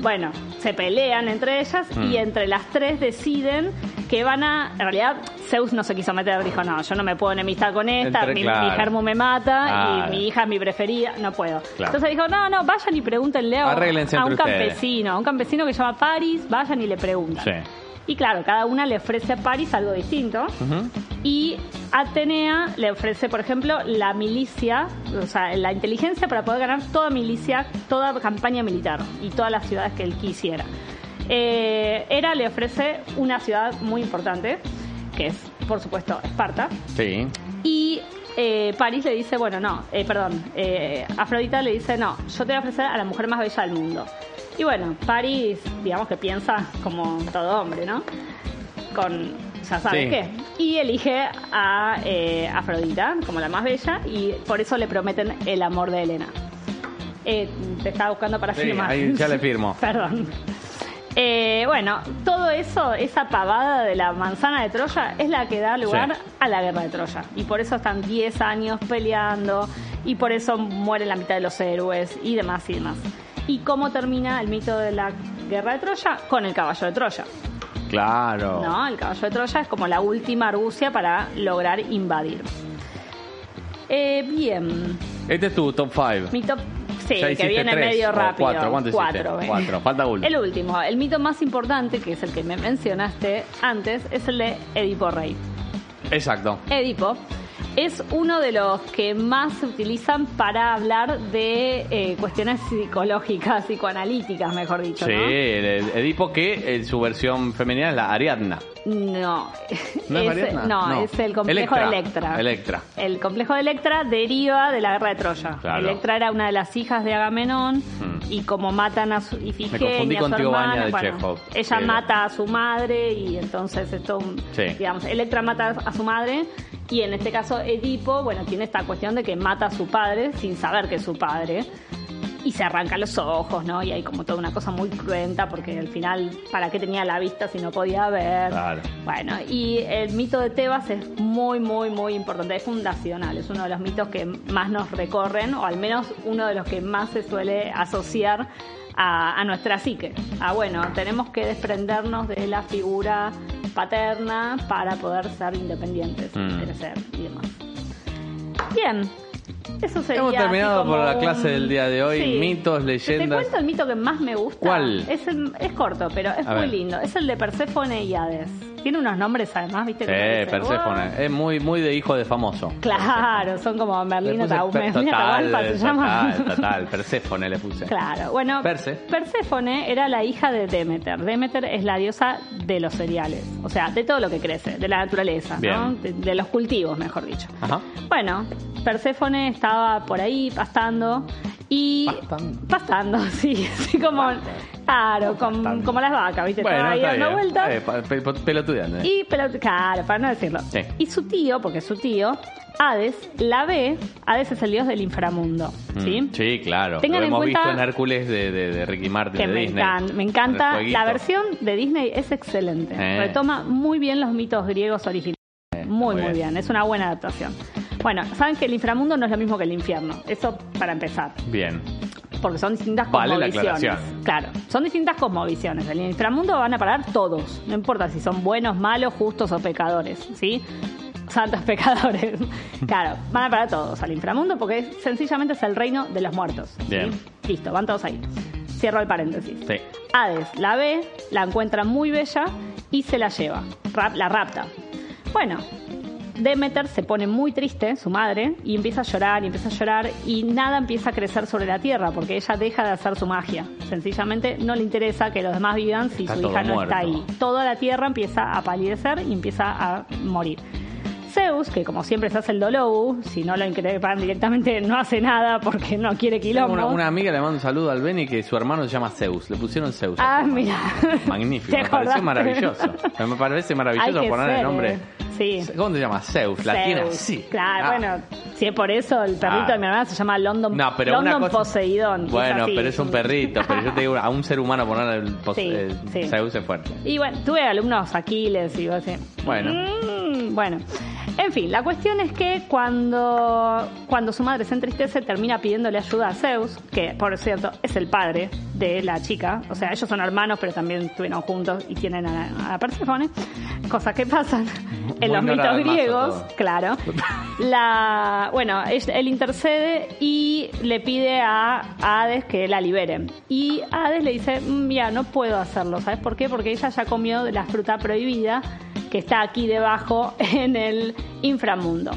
[SPEAKER 3] Bueno, se pelean entre ellas
[SPEAKER 2] Mm.
[SPEAKER 3] y entre las tres deciden que van a. En realidad, Zeus no se quiso meter, dijo: No, yo no me puedo enemistar con esta,
[SPEAKER 2] Entre-
[SPEAKER 3] mi,
[SPEAKER 2] claro.
[SPEAKER 3] mi germo me mata
[SPEAKER 2] Claro.
[SPEAKER 3] y mi hija es mi preferida, no puedo.
[SPEAKER 2] Claro.
[SPEAKER 3] Entonces dijo: No, no, vayan y pregúntenle a,
[SPEAKER 2] Arréglense
[SPEAKER 3] a
[SPEAKER 2] entre
[SPEAKER 3] un
[SPEAKER 2] ustedes.
[SPEAKER 3] campesino, a un campesino que se llama Paris, vayan y le preguntan.
[SPEAKER 2] Sí.
[SPEAKER 3] Y claro, cada una le ofrece a Paris algo distinto.
[SPEAKER 2] Ujú.
[SPEAKER 3] Y Atenea le ofrece, por ejemplo, la milicia, o sea, la inteligencia para poder ganar toda milicia, toda campaña militar y todas las ciudades que él quisiera. Eh, Hera le ofrece una ciudad muy importante, que es, por supuesto, Esparta.
[SPEAKER 2] Sí.
[SPEAKER 3] Y eh, París le dice, bueno, no, eh, perdón, eh, Afrodita le dice, no, yo te voy a ofrecer a la mujer más bella del mundo. Y bueno, París, digamos que piensa como todo hombre, ¿no? Con, ya sabes
[SPEAKER 2] Sí.
[SPEAKER 3] qué. Y elige a eh, Afrodita como la más bella y por eso le prometen el amor de Elena. Eh, te estaba buscando para
[SPEAKER 2] Sí,
[SPEAKER 3] firmar.
[SPEAKER 2] ahí ya le firmo.
[SPEAKER 3] Perdón. Eh, bueno, todo eso, esa pavada de la manzana de Troya, es la que da lugar
[SPEAKER 2] Sí.
[SPEAKER 3] a la guerra de Troya. Y por eso están 10 años peleando, y por eso mueren la mitad de los héroes, y demás, y demás. ¿Y cómo termina el mito de la guerra de Troya? Con el caballo de Troya.
[SPEAKER 2] Claro.
[SPEAKER 3] ¿no? El caballo de Troya es como la última argucia para lograr invadir. Eh, bien,
[SPEAKER 2] Este es tu top 5.
[SPEAKER 3] mi top. Sí,
[SPEAKER 2] Ya
[SPEAKER 3] que
[SPEAKER 2] hiciste
[SPEAKER 3] viene
[SPEAKER 2] tres,
[SPEAKER 3] medio
[SPEAKER 2] o
[SPEAKER 3] rápido.
[SPEAKER 2] cuatro, ¿cuánto hiciste?
[SPEAKER 3] ven.
[SPEAKER 2] Cuatro, falta uno.
[SPEAKER 3] El último, el mito más importante, que es el que me mencionaste antes, es el de Edipo Rey.
[SPEAKER 2] Exacto.
[SPEAKER 3] Edipo es uno de los que más se utilizan para hablar de eh, cuestiones psicológicas, psicoanalíticas, mejor dicho.
[SPEAKER 2] Sí,
[SPEAKER 3] ¿no?
[SPEAKER 2] el, el Edipo que eh, su versión femenina es la Ariadna.
[SPEAKER 3] No.
[SPEAKER 2] ¿No es Ariadna?
[SPEAKER 3] no,
[SPEAKER 2] No.
[SPEAKER 3] es el complejo de
[SPEAKER 2] Electra.
[SPEAKER 3] Electra.
[SPEAKER 2] Electra.
[SPEAKER 3] El complejo de Electra deriva de la guerra de Troya.
[SPEAKER 2] Claro.
[SPEAKER 3] Electra era una de las hijas de Agamenón
[SPEAKER 2] Mm.
[SPEAKER 3] y como matan a su Ifigenia,
[SPEAKER 2] confundí
[SPEAKER 3] a
[SPEAKER 2] con
[SPEAKER 3] su
[SPEAKER 2] Tío Baña
[SPEAKER 3] hermana,
[SPEAKER 2] de
[SPEAKER 3] bueno,
[SPEAKER 2] Chekhov.
[SPEAKER 3] ella
[SPEAKER 2] Sí.
[SPEAKER 3] mata a su madre y entonces esto,
[SPEAKER 2] Sí.
[SPEAKER 3] digamos, Electra mata a su madre y en este caso Edipo, bueno, tiene esta cuestión de que mata a su padre sin saber que es su padre y se arranca los ojos, ¿no? Y hay como toda una cosa muy cruenta porque al final, ¿para qué tenía la vista si no podía ver?
[SPEAKER 2] Claro.
[SPEAKER 3] Bueno, y el mito de Tebas es muy, muy, muy importante, es fundacional, es uno de los mitos que más nos recorren, o al menos uno de los que más se suele asociar a, a nuestra psique. A bueno, tenemos que desprendernos de la figura paterna para poder ser independientes,
[SPEAKER 2] Mm.
[SPEAKER 3] crecer y demás. Bien. Eso sería
[SPEAKER 2] Hemos
[SPEAKER 3] así
[SPEAKER 2] terminado
[SPEAKER 3] como
[SPEAKER 2] por la clase
[SPEAKER 3] un-
[SPEAKER 2] del día de hoy,
[SPEAKER 3] Sí.
[SPEAKER 2] mitos,
[SPEAKER 3] Te
[SPEAKER 2] leyendas.
[SPEAKER 3] cuento el mito que más me gusta.
[SPEAKER 2] ¿Cuál?
[SPEAKER 3] Es, el- es corto, pero es
[SPEAKER 2] A
[SPEAKER 3] muy
[SPEAKER 2] ver.
[SPEAKER 3] lindo. Es el de Perséfone y Hades. Tiene unos nombres además, ¿viste? Como
[SPEAKER 2] Eh,
[SPEAKER 3] dice, "Wow".
[SPEAKER 2] Perséfone. Es muy, muy de hijo de famoso.
[SPEAKER 3] Claro, son como
[SPEAKER 2] Le
[SPEAKER 3] Merlina
[SPEAKER 2] puse
[SPEAKER 3] Taúm.
[SPEAKER 2] per-
[SPEAKER 3] Merlina Tahualpa se
[SPEAKER 2] total,
[SPEAKER 3] llama.
[SPEAKER 2] total, total, Perséfone le puse.
[SPEAKER 3] Claro, bueno,
[SPEAKER 2] Perse.
[SPEAKER 3] Perséfone era la hija de Demeter. Demeter es la diosa de los cereales, o sea, de todo lo que crece, de la naturaleza, ¿no?
[SPEAKER 2] Bien.
[SPEAKER 3] De, de los cultivos, mejor dicho.
[SPEAKER 2] Ajá.
[SPEAKER 3] Bueno, Perséfone estaba por ahí pastando y.
[SPEAKER 2] Pastando.
[SPEAKER 3] Pastando, sí, así como. Claro, com-
[SPEAKER 2] Bastante.
[SPEAKER 3] como las vacas, ¿viste?
[SPEAKER 2] Bueno,
[SPEAKER 3] Estaba ahí
[SPEAKER 2] está
[SPEAKER 3] dando
[SPEAKER 2] bien.
[SPEAKER 3] vueltas.
[SPEAKER 2] Eh, pa- pe- pe- pelotudeando, eh.
[SPEAKER 3] Y, pero, claro, para no decirlo.
[SPEAKER 2] Sí.
[SPEAKER 3] Y su tío, porque es su tío, Hades, la ve. Hades es el dios del inframundo.
[SPEAKER 2] Mm,
[SPEAKER 3] ¿Sí?
[SPEAKER 2] claro.
[SPEAKER 3] Tengan
[SPEAKER 2] Lo
[SPEAKER 3] en
[SPEAKER 2] hemos
[SPEAKER 3] cuenta
[SPEAKER 2] visto en Hércules de, de- de Ricky Martin
[SPEAKER 3] Que
[SPEAKER 2] de
[SPEAKER 3] me,
[SPEAKER 2] Disney.
[SPEAKER 3] encan- me
[SPEAKER 2] Con
[SPEAKER 3] encanta.
[SPEAKER 2] el
[SPEAKER 3] La
[SPEAKER 2] fueguito.
[SPEAKER 3] versión de Disney es excelente.
[SPEAKER 2] Eh.
[SPEAKER 3] Retoma muy bien los mitos griegos originales.
[SPEAKER 2] Eh,
[SPEAKER 3] Muy,
[SPEAKER 2] muy
[SPEAKER 3] muy
[SPEAKER 2] bien.
[SPEAKER 3] bien. Es una buena adaptación. Bueno, saben que el inframundo no es lo mismo que el infierno. Eso para empezar.
[SPEAKER 2] Bien.
[SPEAKER 3] Porque son distintas
[SPEAKER 2] Vale la
[SPEAKER 3] cosmovisiones.
[SPEAKER 2] aclaración.
[SPEAKER 3] claro, son distintas cosmovisiones. En el inframundo van a parar todos, no importa si son buenos, malos, justos o pecadores, ¿sí? Santos pecadores. claro, van a parar todos al inframundo porque es- sencillamente es el reino de los muertos. ¿sí?
[SPEAKER 2] Bien.
[SPEAKER 3] Listo, van todos ahí. Cierro el paréntesis.
[SPEAKER 2] Sí.
[SPEAKER 3] Hades la ve, la encuentra muy bella y se la lleva, rap- la rapta. Bueno, Demeter se pone muy triste, su madre, y empieza a llorar y empieza a llorar y nada empieza a crecer sobre la tierra porque ella deja de hacer su magia. Sencillamente no le interesa que los demás vivan si
[SPEAKER 2] Está
[SPEAKER 3] su
[SPEAKER 2] todo
[SPEAKER 3] hija no está
[SPEAKER 2] muerto.
[SPEAKER 3] ahí. Toda la tierra empieza a palidecer y empieza a morir. Zeus, que como siempre se hace el dolobu, si no lo increpan directamente no hace nada porque no quiere
[SPEAKER 2] Tengo
[SPEAKER 3] quilombo.
[SPEAKER 2] Una, una amiga le mando un saludo al Benny que su hermano se llama Zeus. Le pusieron Zeus.
[SPEAKER 3] Ah, mira.
[SPEAKER 2] Magnífico.
[SPEAKER 3] Te
[SPEAKER 2] Me pareció
[SPEAKER 3] acordaste.
[SPEAKER 2] maravilloso. Me parece maravilloso
[SPEAKER 3] Hay que
[SPEAKER 2] poner el
[SPEAKER 3] ser,
[SPEAKER 2] nombre.
[SPEAKER 3] eh. Sí.
[SPEAKER 2] ¿Cómo te llamas? Zeus. La tiene
[SPEAKER 3] Zeus.
[SPEAKER 2] así.
[SPEAKER 3] Claro,
[SPEAKER 2] Ah.
[SPEAKER 3] bueno, si es por eso, el perrito
[SPEAKER 2] Ah.
[SPEAKER 3] de mi hermana se llama London,
[SPEAKER 2] No, pero
[SPEAKER 3] London
[SPEAKER 2] una cosa...
[SPEAKER 3] Poseidón. y es
[SPEAKER 2] Bueno,
[SPEAKER 3] así.
[SPEAKER 2] pero es un perrito. Pero yo te digo, a un ser humano poner el pos-
[SPEAKER 3] Sí,
[SPEAKER 2] eh,
[SPEAKER 3] sí.
[SPEAKER 2] Zeus es fuerte.
[SPEAKER 3] Y bueno, tuve alumnos Aquiles y así.
[SPEAKER 2] Bueno.
[SPEAKER 3] Mm, bueno. En fin, la cuestión es que cuando, cuando su madre se entristece, termina pidiéndole ayuda a Zeus, que por cierto es el padre de la chica. O sea, ellos son hermanos, pero también estuvieron juntos y tienen a, a Perséfone. Cosas que pasan en
[SPEAKER 2] Muy
[SPEAKER 3] los
[SPEAKER 2] Nora
[SPEAKER 3] mitos
[SPEAKER 2] del Mazo
[SPEAKER 3] griegos.
[SPEAKER 2] todo.
[SPEAKER 3] Claro. La, bueno, es- él intercede y le pide a, a Hades que la libere. Y Hades le dice, "Mm, mira, no puedo hacerlo. ¿Sabes por qué? Porque ella ya comió de la fruta prohibida que está aquí debajo en el inframundo.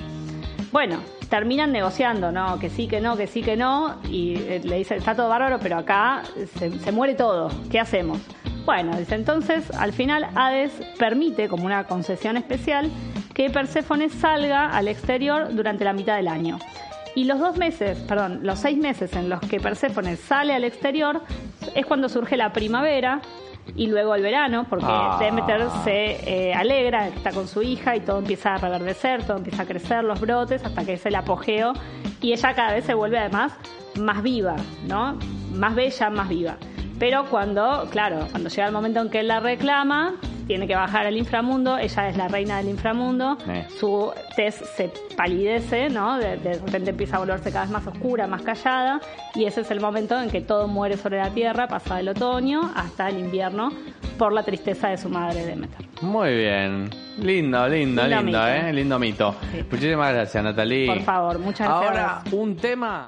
[SPEAKER 3] Bueno, terminan negociando, ¿no? Que sí, que no, que sí, que no. Y eh, le dice, está todo bárbaro, pero acá se, se muere todo. ¿Qué hacemos? Bueno, dice entonces, al final Hades permite, como una concesión especial, que Perséfone salga al exterior durante la mitad del año. Y los dos meses, perdón, los seis meses en los que Perséfone sale al exterior es cuando surge la primavera y luego el verano, porque
[SPEAKER 2] Ah.
[SPEAKER 3] Demeter se eh, alegra, está con su hija y todo empieza a reverdecer, todo empieza a crecer, los brotes, hasta que es el apogeo. Y ella cada vez se vuelve además más viva, ¿no? Más bella, más viva. Pero cuando, claro, cuando llega el momento en que él la reclama, tiene que bajar al inframundo, ella es la reina del inframundo,
[SPEAKER 2] Eh.
[SPEAKER 3] su tez se palidece, ¿no? De, de repente empieza a volverse cada vez más oscura, más callada, y ese es el momento en que todo muere sobre la tierra, pasa el otoño hasta el invierno, por la tristeza de su madre Demeter.
[SPEAKER 2] Muy bien. Lindo, lindo,
[SPEAKER 3] Lindo
[SPEAKER 2] lindo,
[SPEAKER 3] mito.
[SPEAKER 2] ¿eh? Lindo mito.
[SPEAKER 3] Sí.
[SPEAKER 2] Muchísimas gracias, Natalie.
[SPEAKER 3] Por favor, muchas gracias.
[SPEAKER 2] Ahora, un tema.